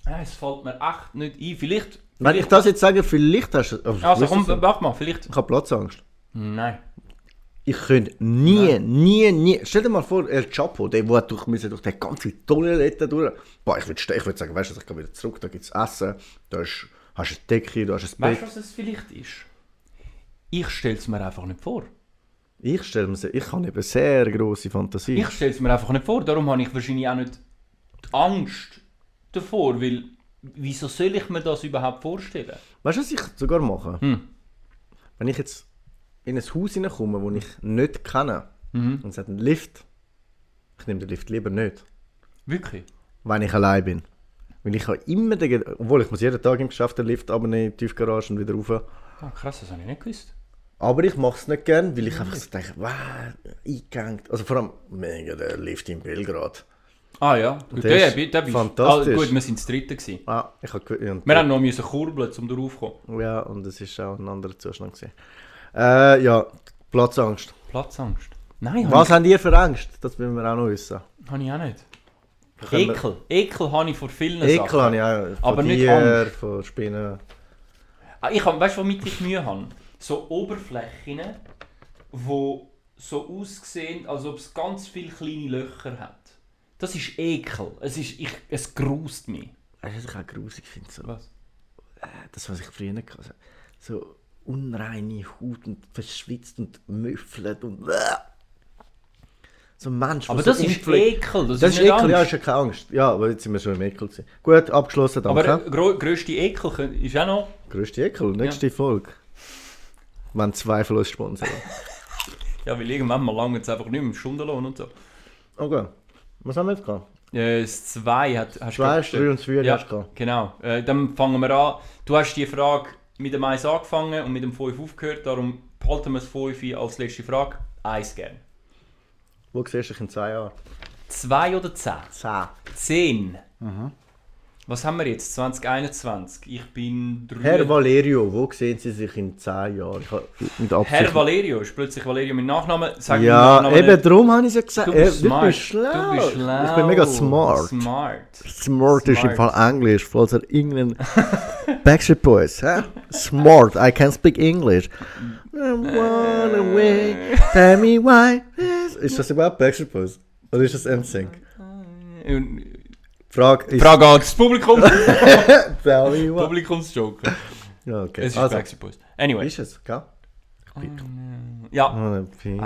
ah, es fällt mir echt nicht ein. Vielleicht.
Wenn ich
vielleicht
das jetzt sage, vielleicht hast du. aber
also
ich
komm,
wüsste es nicht.
mach mal, vielleicht.
ich habe Platzangst.
Nein.
Ich könnte nie, nie, nie. Stell dir mal vor, El Chapo, der der hat durch, müssen, durch den ganzen Toilette durch. Boah, ich würde ich würd sagen, weißt du, was, ich gehe wieder zurück, da gibt es Essen, da ist, hast du eine Decke, da hast du ein
Weißt du,
Bett.
was es vielleicht ist? Ich stelle es mir einfach nicht vor.
Ich stelle mir sehr- ich habe eben sehr grosse Fantasie.
Ich stelle es mir einfach nicht vor. Darum habe ich wahrscheinlich auch nicht Angst davor, weil wieso soll ich mir das überhaupt vorstellen?
Weißt du, was ich sogar mache?
Hm.
Wenn ich jetzt in ein Haus hineinkomme, das ich nicht kenne,
Mhm.
und es hat einen Lift, ich nehme den Lift lieber nicht,
Wirklich?
wenn ich allein bin. Weil ich habe immer den Ged- obwohl ich muss jeden Tag im Geschäft den Lift abnehmen, in die Tiefgarage und wieder rauf.
Ah, krass, das habe ich nicht gewusst.
Aber ich mache es nicht gern, weil ich einfach so denke, wow, eingegangen. Also vor allem, mega der Lift in Belgrad.
Ah ja, gut,
Der
der,
ist
bi- der bist
fantastisch.
Ah, gut, wir sind das dritte gewesen.
Ah, ich habe gew- und-
Wir haben noch müssen kurbeln, um da raufzukommen.
Ja, und es ist auch ein anderer Zustand. Gewesen. Äh, ja, Platzangst.
Platzangst. Nein,
Was
habe
habt ihr für Angst? Das müssen wir auch noch wissen.
ich, habe ich auch nicht.
Können wir-
Ekel. Ekel habe ich vor vielen
Ekel
Sachen.
habe ich auch. Von
Aber nicht
Tier,
Angst.
von Spinnen.
Ah, Ich habe, weißt du, womit ich Mühe habe? So Oberflächen, wo so aussehen, als ob es ganz viele kleine Löcher hat. Das ist Ekel. Es, ist, ich, es grust mich.
Weißt du, was ich auch grusig finde? So, Äh,
Was?
das, was ich früher nicht hatte. So unreine Haut und verschwitzt und müffelt und. äh. So ein Mensch, der
Aber
so
das ist
unpfleg-
Ekel. Das,
Das ist
ist, nicht
Ekel, ja, ist
Angst.
ja keine Angst. Ja, aber jetzt sind wir schon im Ekel. Gewesen. Gut, abgeschlossen, danke.
Aber äh, der grösste Ekel kö- ist auch noch.
Größte Ekel, nächste Folge. Wenn zweifellos Sponsor.
Ja, weil irgendwann mal lange jetzt einfach nicht mehr im Stundenlohn und so.
Okay, was haben wir jetzt gehabt?
Äh, Das 2 hat, hast
Zwei,
gehabt,
drei und das vier
ja,
hast du gehabt.
Genau. Äh, dann fangen wir an. Du hast die Frage mit dem 1 angefangen und mit dem 5 aufgehört, darum behalten wir das 5 als letzte Frage. 1 gern.
Wo siehst du dich in zwei Jahren?
2 oder 10?
Zehn.
10.
Mhm.
Was haben wir jetzt? 2021. Ich bin drei.
Herr Valerio, wo sehen Sie sich in zehn Jahren? Ich habe mit Absicht.
Herr Valerio. Ist plötzlich Valerio mein Nachname. Sag mir meinen
ja,
Nachnamen
eben
nicht.
darum habe ich es ja gesagt.
Du bist,
Äh,
smart.
Du bist schlau.
Du bist schlau.
Ich bin mega smart.
Smart.
Smart ist im
Smart.
Fall Englisch, falls er
*laughs*
irgendeinen Backstreet Boys, hä? Smart, I can speak English. I wanna wait, tell me why. Ist das überhaupt Backstreet Boys? Oder ist das NSYNC? Frage ist...
Frage an das
*laughs*
Publikum.
Tell me why.
Publikumsjoker.
Ja, okay.
Es ist
also,
Backstreet Boys. Anyway.
ist es, gell?
Ja. I
I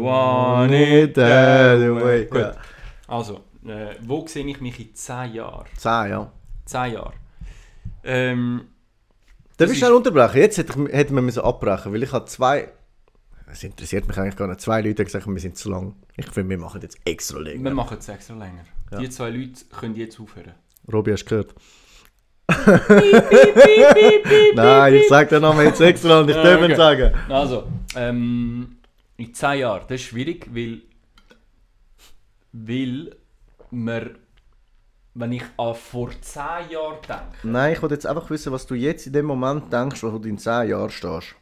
want it that way. Gut.
Ja.
Also, äh, wo sehe ich mich in 10 Jahren?
Zehn, ja.
10 Jahre. Ähm,
Darf
Das
ich
ist-
schnell unterbrechen? Jetzt hätte, ich, hätte man müssen abbrechen, weil ich habe zwei. Es interessiert mich eigentlich gar nicht. Zwei Leute haben gesagt, wir sind zu lang. Ich finde, wir machen jetzt extra
wir
länger.
machen es extra länger. Die zwei Leute können jetzt aufhören.
Robi, hast du gehört? Nein, ich sage den Namen jetzt extra und ich
Ja,
darf ihn
okay.
sagen.
Also, ähm, in 10 Jahren, das ist schwierig, weil, weil wir, wenn ich an vor 10 Jahren denke,
Nein, ich wollte jetzt einfach wissen, was du jetzt in dem Moment denkst, wo du in 10 Jahren stehst.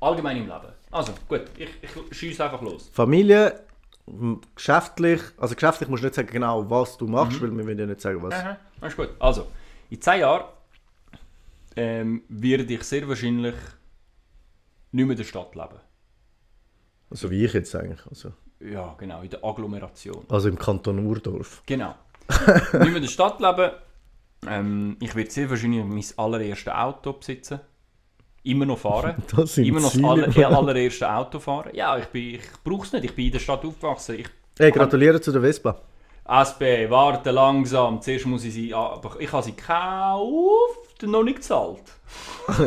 allgemein im Leben. Also, gut, ich, ich schieße einfach los.
Familie, m- geschäftlich. Also, geschäftlich musst du nicht sagen, genau was du machst, weil wir wollen ja nicht sagen, was.
Aha, das ist gut. Also, in 10 Jahren ähm, werde ich sehr wahrscheinlich nicht mehr in der Stadt leben.
Also, wie ich jetzt eigentlich. Also,
Ja, genau, in der Agglomeration.
also im Kanton Urdorf.
Genau. *laughs* nicht mehr in der Stadt leben. Ähm, ich werde sehr wahrscheinlich mein allererstes Auto besitzen. Immer noch
*laughs*
fahren.
Das sind
Immer noch das
Ziele.
aller, *laughs* allererste Auto fahren. Ja, ich, bin, ich brauche es nicht. Ich bin in der Stadt aufgewachsen. Ich,
Hey, gratuliere zu der Vespa.
SP, warte langsam. Zuerst muss ich sie. ah, Aber ich habe sie gekauft und noch nicht gezahlt.
*laughs*
*laughs*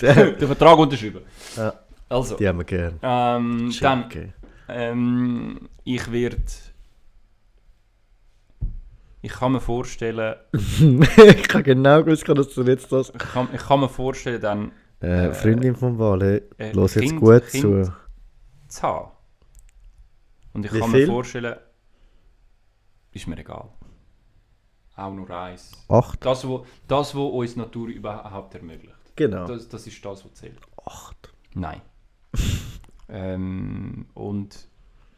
Den Vertrag unterschrieben.
Ja.
Also,
äh, Die haben wir gern.
ähm, dann
Schenke.
Ähm, ich werde Ich kann mir vorstellen,
*laughs* ich kann genau gewusst, haben, dass du jetzt das.
ich kann, ich kann mir vorstellen, dann
Äh, Freundin vom Wale,
äh,
los jetzt
Kind-
gut
Kind-
zu.
zu haben. Und ich
Wie
kann
viel?
mir vorstellen, ist mir egal. Auch nur eins.
Acht.
Das, wo, das, wo uns die Natur überhaupt ermöglicht.
Genau.
Das, das ist das, was zählt.
Acht.
Nein. *laughs* ähm, und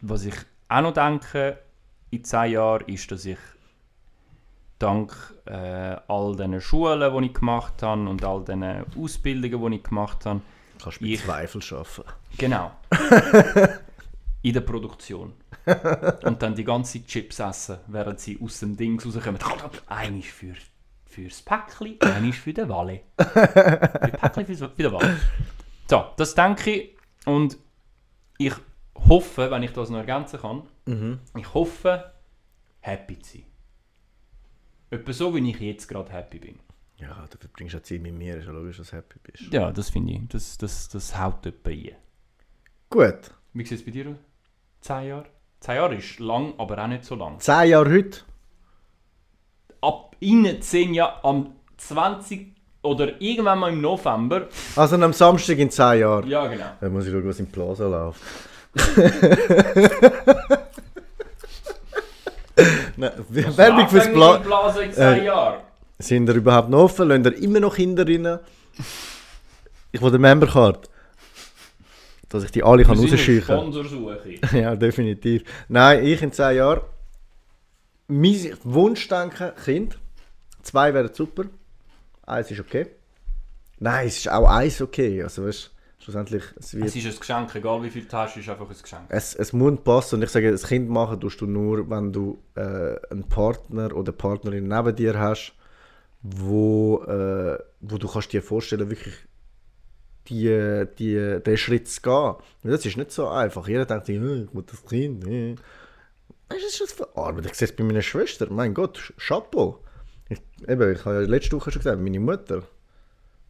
was ich auch noch denke, in zehn Jahren, ist, dass ich dank äh, all diesen Schulen, die ich gemacht habe und all diesen Ausbildungen, die ich gemacht habe,
Kannst mit
Ich-
Zweifel schaffen.
Genau. In der Produktion. Und dann die ganze Zeit Chips essen, während sie aus dem Ding rauskommen. Eine ist für, fürs Päckchen, eine ist für den Walle. Für Päckchen für, für den Walle. So, das denke ich. Und ich hoffe, wenn ich das noch ergänzen kann, ich hoffe, happy zu sein. Etwa so, wie ich jetzt gerade happy bin.
Ja, du verbringst ja Zeit mit mir, ist ja logisch, dass du happy bist.
Ja, das finde ich. Das, das, das haut jemand ein.
Gut.
Wie sieht es bei dir aus? Zehn Jahre? Zehn Jahre ist lang, aber auch nicht so lang.
Zehn Jahre heute.
Ab in zehn Jahren, am 20. oder irgendwann mal im November.
Also am Samstag in zehn Jahren.
Ja, genau.
Dann muss ich schauen, was im Plaza *laughs* läuft. Nein, Werbung fürs Plaza.
Blase in zehn
Äh.
Jahren.
Sind ihr überhaupt noch offen? Lassen ihr immer noch Kinder rein? Ich will eine Membercard. Dass ich die alle kann rausscheuchen kann.
Sponsorsuche.
*laughs* Ja, definitiv. Nein, ich in 10 Jahren. Mein Wunschdenken, Kind. Zwei wären super. Eins ist okay. Nein, es ist auch eins okay. Also weißt du, schlussendlich, es
Es
wird.
ist ein Geschenk, egal wie viel du hast, ist einfach ein Geschenk.
Es, es muss passen. Und ich sage, das Kind machen tust du nur, wenn du äh, einen Partner oder Partnerin neben dir hast, wo, äh, wo du kannst dir vorstellen, wirklich die, die, den Schritt zu gehen. Und das ist nicht so einfach. Jeder denkt, sich, «Äh, ich muss das Kind. äh.» Weißt du, das ist das für Arbeit? Ich sehe es bei meiner Schwester. Mein Gott, Sch- Chapeau. Ich, eben, ich habe ja letzte Woche schon gesagt, meine Mutter.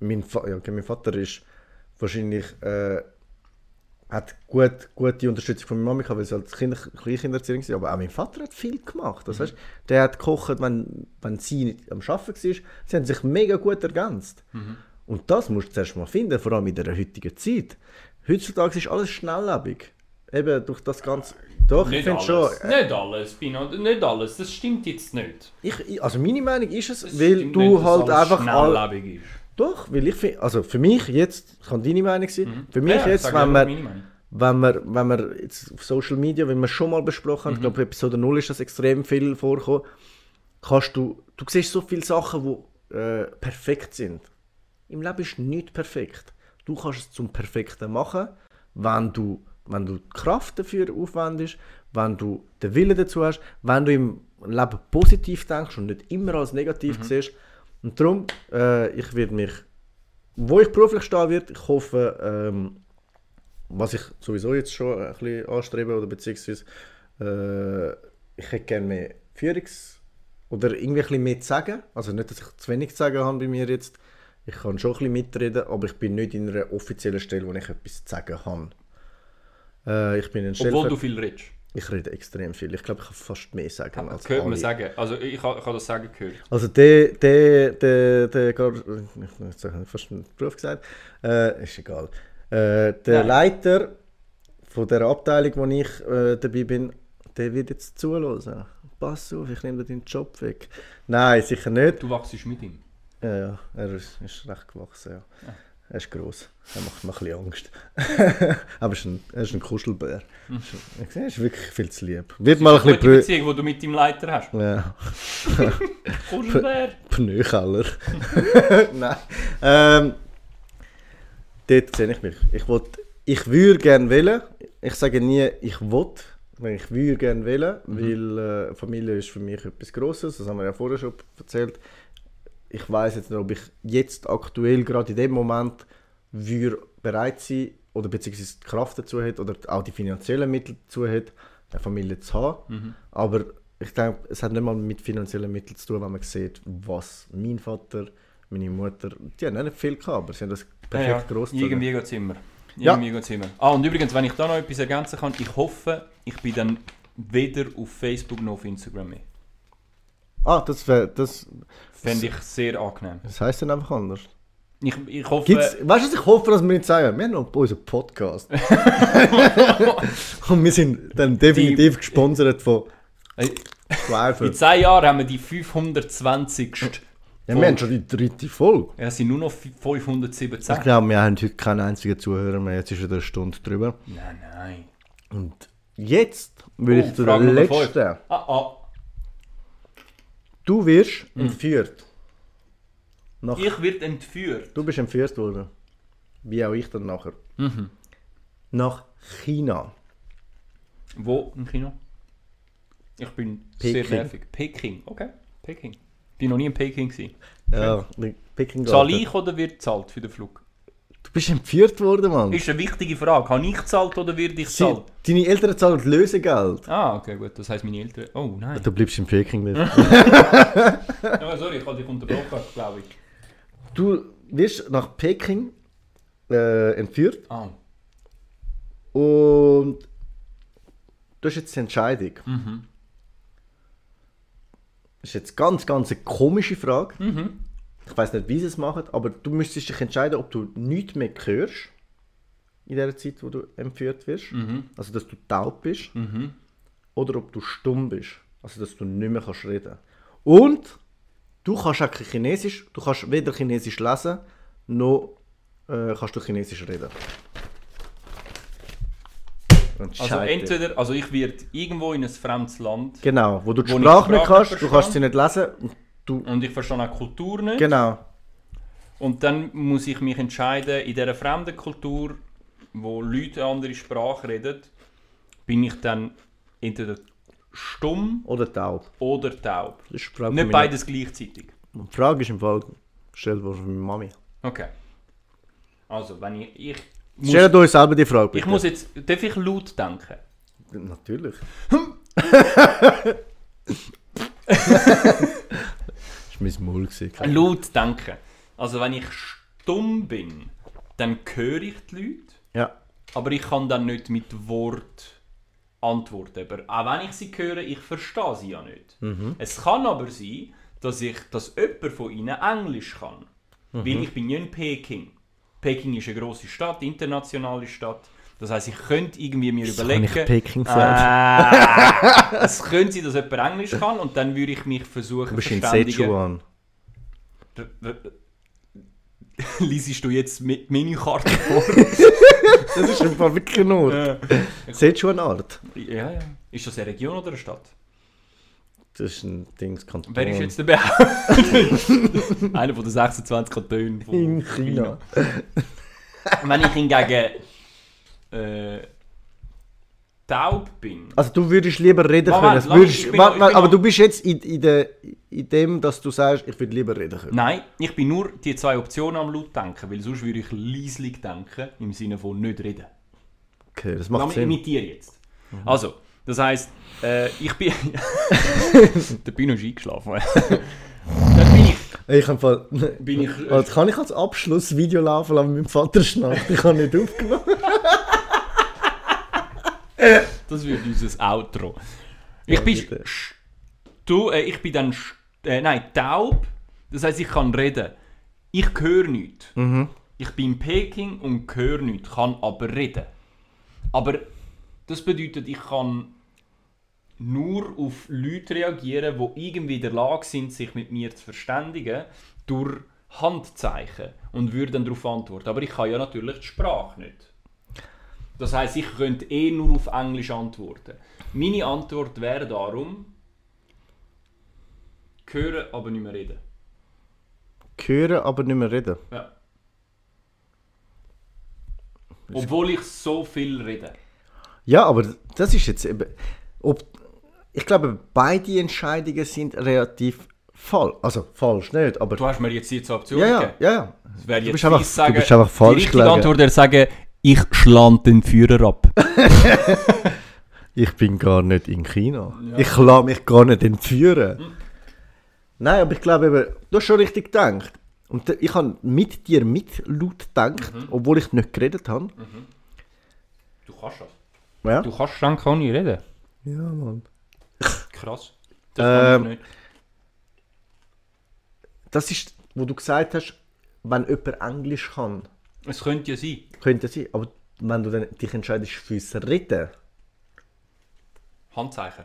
Mein, Fa ja, okay, mein Vater ist wahrscheinlich. Äh, hat gut, gute Unterstützung von meiner Mama gehabt, weil sie halt Kinder, Kleinkindererziehung war. Aber auch mein Vater hat viel gemacht.
Mhm.
Das heißt, der hat gekocht, wenn, wenn sie nicht am Arbeiten war. Sie haben sich mega gut ergänzt.
Mhm.
Und das musst du zuerst mal finden, vor allem in der heutigen Zeit. Heutzutage ist alles schnelllebig. Eben durch das ganze. Doch,
Nicht
ich finde
alles.
schon. äh,
Nicht alles, Pino. Nicht alles. Das stimmt jetzt nicht.
Ich, ich, also meine Meinung ist es,
Das
weil
stimmt
du
nicht, dass alles
halt einfach. All,
schnelllebig ist.
doch, weil ich finde. Also für mich jetzt, kann deine Meinung sein, für mich
Mhm. Ja,
jetzt,
sag
wenn
ich
man.
meine Meinung.
wenn wir, wenn wir jetzt auf Social Media, wenn wir schon mal besprochen haben, ich glaube, Episode 0 ist das extrem viel vorgekommen, kannst du, du siehst so viele Sachen, die äh, perfekt sind. Im Leben ist nicht perfekt. Du kannst es zum Perfekten machen, wenn du, wenn du die Kraft dafür aufwendest, wenn du den Willen dazu hast, wenn du im Leben positiv denkst und nicht immer als negativ siehst. Und darum, äh, ich werde mich, wo ich beruflich stehen werde, ich hoffe, ähm, was ich sowieso jetzt schon ein bisschen anstrebe oder beziehungsweise äh, ich hätte gerne mehr Führungs- oder irgendwie ein bisschen mehr zu sagen. Also nicht, dass ich zu wenig zu sagen habe bei mir jetzt. Ich kann schon ein bisschen mitreden, aber ich bin nicht in einer offiziellen Stelle, wo ich etwas zu sagen habe. Äh, ich bin in einer
Obwohl
Stelle,
du viel redest.
ich rede extrem viel. Ich glaube, ich kann fast mehr sagen
Das
als
Ah, hört man
alle.
sagen. Also ich, ich habe das sagen gehört.
Also der, der, der, der, Gar- jetzt habe ich fast einen Beruf gesagt, äh, ist egal. Äh, der
Nein.
Leiter von der Abteilung, wo ich äh, dabei bin, der wird jetzt zuhören. Pass auf, ich nehme dir deinen Job weg. Nein, sicher nicht.
Du wachst mit ihm.
Ja, ja, er ist, ist recht gewachsen, ja. Er ist gross. Er macht mir ein bisschen Angst. *laughs* Aber er ist ein, er ist ein Kuschelbär.
Hm.
Ist- Er ist wirklich viel zu lieb. Wird mal ein
Gute
bisschen prü-
Beziehung, die du mit deinem Leiter hast.
ja.
Kuschelbär.
Pneukeller. *laughs* Nein. Ähm, dort sehe ich mich. Ich, wollt- ich würde gerne wählen. Ich sage nie, ich will. Ich würde gerne wählen,
Mhm.
weil äh, Familie ist für mich etwas Grosses. Das haben wir ja vorher schon erzählt. Ich weiß jetzt nicht, ob ich jetzt aktuell, gerade in dem Moment, würde bereit sein oder beziehungsweise die Kraft dazu hat oder auch die finanziellen Mittel dazu hat, eine Familie zu haben.
Mhm.
Aber ich denke, es hat nicht mal mit finanziellen Mitteln zu tun, wenn man sieht, was mein Vater, meine Mutter, die haben auch nicht viel gehabt, aber sie haben das perfekt
Ja, ja.
großgezogen.
Irgendwie geht es immer.
Ja.
Irgendwie geht's immer. Ah, und übrigens, wenn ich da noch etwas ergänzen kann, ich hoffe, ich bin dann weder auf Facebook noch auf Instagram mehr.
Ah, das wär, das,
Fände ich sehr angenehm.
das heisst dann einfach anders.
Ich, ich hoffe,
Gibt's, weißt du, was ich hoffe, dass wir nicht sagen, wir haben noch unseren Podcast.
*laughs*
Und wir sind dann definitiv gesponsert von
äh,
Schleifer.
in 10 Jahren haben wir die 520.
Ja, wir haben schon die dritte Folge.
Ja, es sind nur noch fi-
Ich
517.
glaube, wir haben heute keinen einzigen Zuhörer mehr. Jetzt ist wieder eine Stunde drüber.
Nein, nein.
Und jetzt will
Oh,
ich zu der
Frage Nummer fünf.
letzten.
Ah, ah.
Du wirst
Mhm.
entführt. Nach,
Ich werde entführt.
Du bist entführt worden. Wie auch ich dann nachher.
Mhm.
Nach China.
Wo im Kino? Ich bin
Peking.
sehr nervig. Peking, okay. Peking. Bin noch nie in Peking gewesen.
Ja, in Peking
Zahle
Garden.
ich oder wird gezahlt für den Flug?
Du bist entführt worden, Mann.
Ist eine wichtige Frage. Habe ich gezahlt oder werde ich
Sie,
gezahlt?
deine Eltern zahlen Lösegeld.
Ah, okay, gut. Das heisst, meine Eltern. Oh nein.
Du bleibst in Peking.
*laughs*
nicht.
Ja, sorry, ich habe dich unterbrochen, glaube ich.
Du wirst nach Peking äh, entführt
Ah.
und das ist jetzt die Entscheidung.
Mhm.
Das ist jetzt ganz, ganz eine komische Frage.
Mhm.
Ich weiß nicht, wie sie es machen, aber du müsstest dich entscheiden, ob du nichts mehr hörst in der Zeit, wo du entführt wirst.
Mhm.
Also, dass du taub bist
Mhm.
oder ob du stumm bist. Also, dass du nicht mehr kannst reden Und du kannst auch kein Chinesisch, du kannst weder Chinesisch lesen, noch äh, kannst du Chinesisch reden.
Also
Entscheid dich.
entweder, also ich werde irgendwo in ein fremdes Land
Genau, wo du die
Wo ich
Sprache
die
nicht
Sprache
kannst, du
verstehe.
kannst sie nicht lesen. Und du,
und ich verstehe auch Kultur nicht.
genau.
Und dann muss ich mich entscheiden, in dieser fremden Kultur, wo Leute eine andere Sprache reden, bin ich dann entweder stumm
Oder taub.
oder taub.
Das ist die Frage von
Nicht
meiner-
beides gleichzeitig.
Die Frage ist im Fall gestellt worden von meiner Mami.
Okay. Also, wenn ich. Ich muss,
Stellt euch selber die Frage.
ich
bitte.
muss jetzt. Darf ich laut denken?
Natürlich. Hm. *laughs* das war mein Maul. gewesen.
Laut denken. Also, wenn ich stumm bin, dann höre ich die Leute,
Ja.
aber ich kann dann nicht mit Wort antworten. Aber auch wenn ich sie höre, ich verstehe sie ja nicht.
Mhm.
Es kann aber sein, dass ich, dass jemand von ihnen Englisch kann.
Mhm.
Weil ich bin ja in Peking. Peking ist eine grosse Stadt, internationale Stadt. Das heisst, ich könnte irgendwie mir überlegen...
ich Peking sagen?
Ah, es könnte sein, dass jemand Englisch kann und dann würde ich mich versuchen
Du bist in
verständigen.
Sichuan.
D- d- Liesest du jetzt mit *laughs* Menükarte vor?
Das ist im Fall wirklich nur. *laughs*
Äh,
Sichuan-Art.
ja, ja. Ist das eine Region oder eine Stadt?
Das ist ein Dingskanton.
Wer ist jetzt der Behaupter? Ähm. *laughs* Einer von den 26 Kantonen von
In China.
Wenn ich hingegen äh, taub bin.
Also du würdest lieber reden
Moment,
können. als
lass-
Würdest,
ich bin
warte,
noch- ich
warte,
bin
aber
noch-
du bist jetzt in, in, der, in dem, dass du sagst, ich würde lieber reden können.
Nein, ich bin nur die zwei Optionen am laut denken, weil sonst würde ich leislich denken, im Sinne von nicht reden.
Okay, das macht
Damit-
Sinn.
Mit dir jetzt. Also, das heisst, äh, ich *laughs* bin. der Pino ist *laughs* eingeschlafen. Dann bin ich.
Ey, Ich hab im Fall,
Bin
*laughs*
ich-
Warte, kann ich als Abschluss das Video laufen lassen mit meinem Vater schnappt? Ich habe nicht
*laughs*
aufgenommen.
Das wird unser Outro. Ich bin.
bitte.
sch- Du, äh, ich bin dann. sch- Äh, nein, taub. Das heisst, ich kann reden. Ich höre nichts. Ich bin in Peking und höre nichts, kann aber reden. Aber das bedeutet, ich kann nur auf Leute reagieren, die irgendwie in der Lage sind, sich mit mir zu verständigen, durch Handzeichen und würde dann darauf antworten. Aber ich kann ja natürlich die Sprache nicht. Das heißt, ich könnte eh nur auf Englisch antworten. Meine Antwort wäre darum, hören, aber nicht mehr reden.
Hören, aber nicht mehr reden.
Ja. Obwohl ich so viel rede.
Ja, aber das ist jetzt eben. Ob, ich glaube, beide Entscheidungen sind relativ falsch. Also falsch nicht, aber.
Du hast mir jetzt die zwei Optionen
Ja, ja,
gegeben.
ja, ja.
Das wäre
Du
jetzt
bist einfach-
fies sagen,
du bist einfach falsch
Die richtige
gelegen.
Antwort wäre sagen, ich schland den Führer ab.
Ich bin gar nicht in China. Ich lasse mich gar nicht entführen.
Hm.
Nein, aber ich glaube eben, du hast schon richtig gedacht. Und da- ich habe mit dir mit laut gedacht,
Mhm.
obwohl ich nicht geredet habe.
Du kannst das.
Ja,
Mhm. Du kannst dann kann ich reden.
ja Mann.
Krass. Das kann ich
Ähm,
nicht.
Das ist, wo du gesagt hast, wenn jemand Englisch kann,
Es könnte ja sein.
könnte es sein. Aber wenn du dann dich entscheidest fürs Reden,
Handzeichen.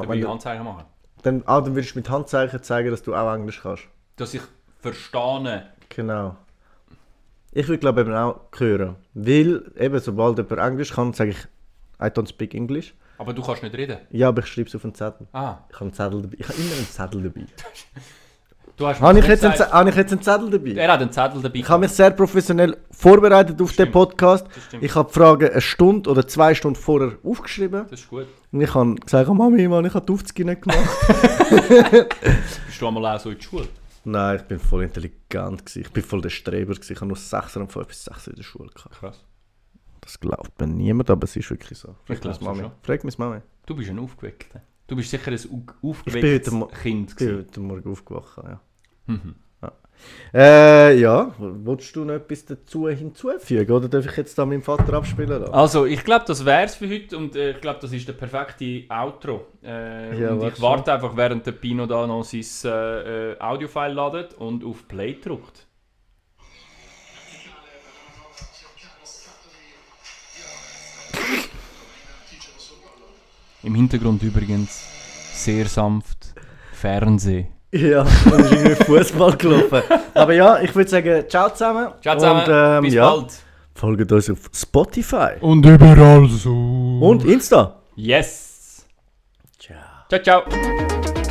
Dann würde
wenn
ich
du,
Handzeichen machen.
dann, ah, dann würdest du mit Handzeichen zeigen, dass du auch Englisch kannst.
Dass ich verstehe.
Genau. Ich würde glaube eben auch hören. Weil eben, sobald jemand Englisch kann, sage ich, I don't speak English.
Aber du kannst nicht reden.
Ja, aber ich schreibe es auf einen Zettel.
Ah,
Ich habe einen Zettel dabei. Ich habe immer einen
*laughs*
Zettel dabei.
du hast
habe,
mir
ich jetzt einen,
gesagt,
Ze- habe ich jetzt einen Zettel dabei?
Er hat einen Zettel dabei.
Ich habe mich sehr professionell vorbereitet auf den Podcast.
stimmt.
Ich habe die Fragen eine Stunde oder zwei Stunden vorher aufgeschrieben.
Das ist gut.
Und ich habe gesagt, oh Mami, Mann, ich habe die Aufzüge nicht gemacht.
*laughs* Bist du einmal auch so in der Schule?
Nein, ich bin voll intelligent. Gewesen. Ich bin voll der Streber. Gewesen. Ich habe nur 6 und 5 bis 6 in der Schule. Gehabt.
Krass.
Das glaubt mir niemand, aber es ist wirklich so.
Ich glaub's
meine Mami.
schon.
Frag meine Mami.
Du bist ein Aufgeweckter. Du bist sicher ein au-
heute Mo-
aufgewecktes Kind.
Ich bin
gewesen. Mhm.
heute Morgen aufgewacht, ja. ja. Äh, ja, willst du noch etwas dazu hinzufügen? Oder darf ich jetzt da meinem Vater abspielen lassen?
Also, ich glaube, das wär's für heute und äh, ich glaube, das ist der perfekte Outro. Äh,
Ja,
und
warte
ich warte einfach, während der Pino da noch sein äh, äh, Audiofile ladet und auf Play drückt. Im Hintergrund übrigens sehr sanft Fernseh.
Ja, *laughs* dann ist irgendwie Fußball gelaufen. Aber ja, ich würde sagen, ciao zusammen.
Ciao zusammen,
Und, ähm,
bis
ja,
bald.
Folgt uns auf Spotify
Und überall so.
und Insta.
Yes.
Ciao.
Ciao, ciao.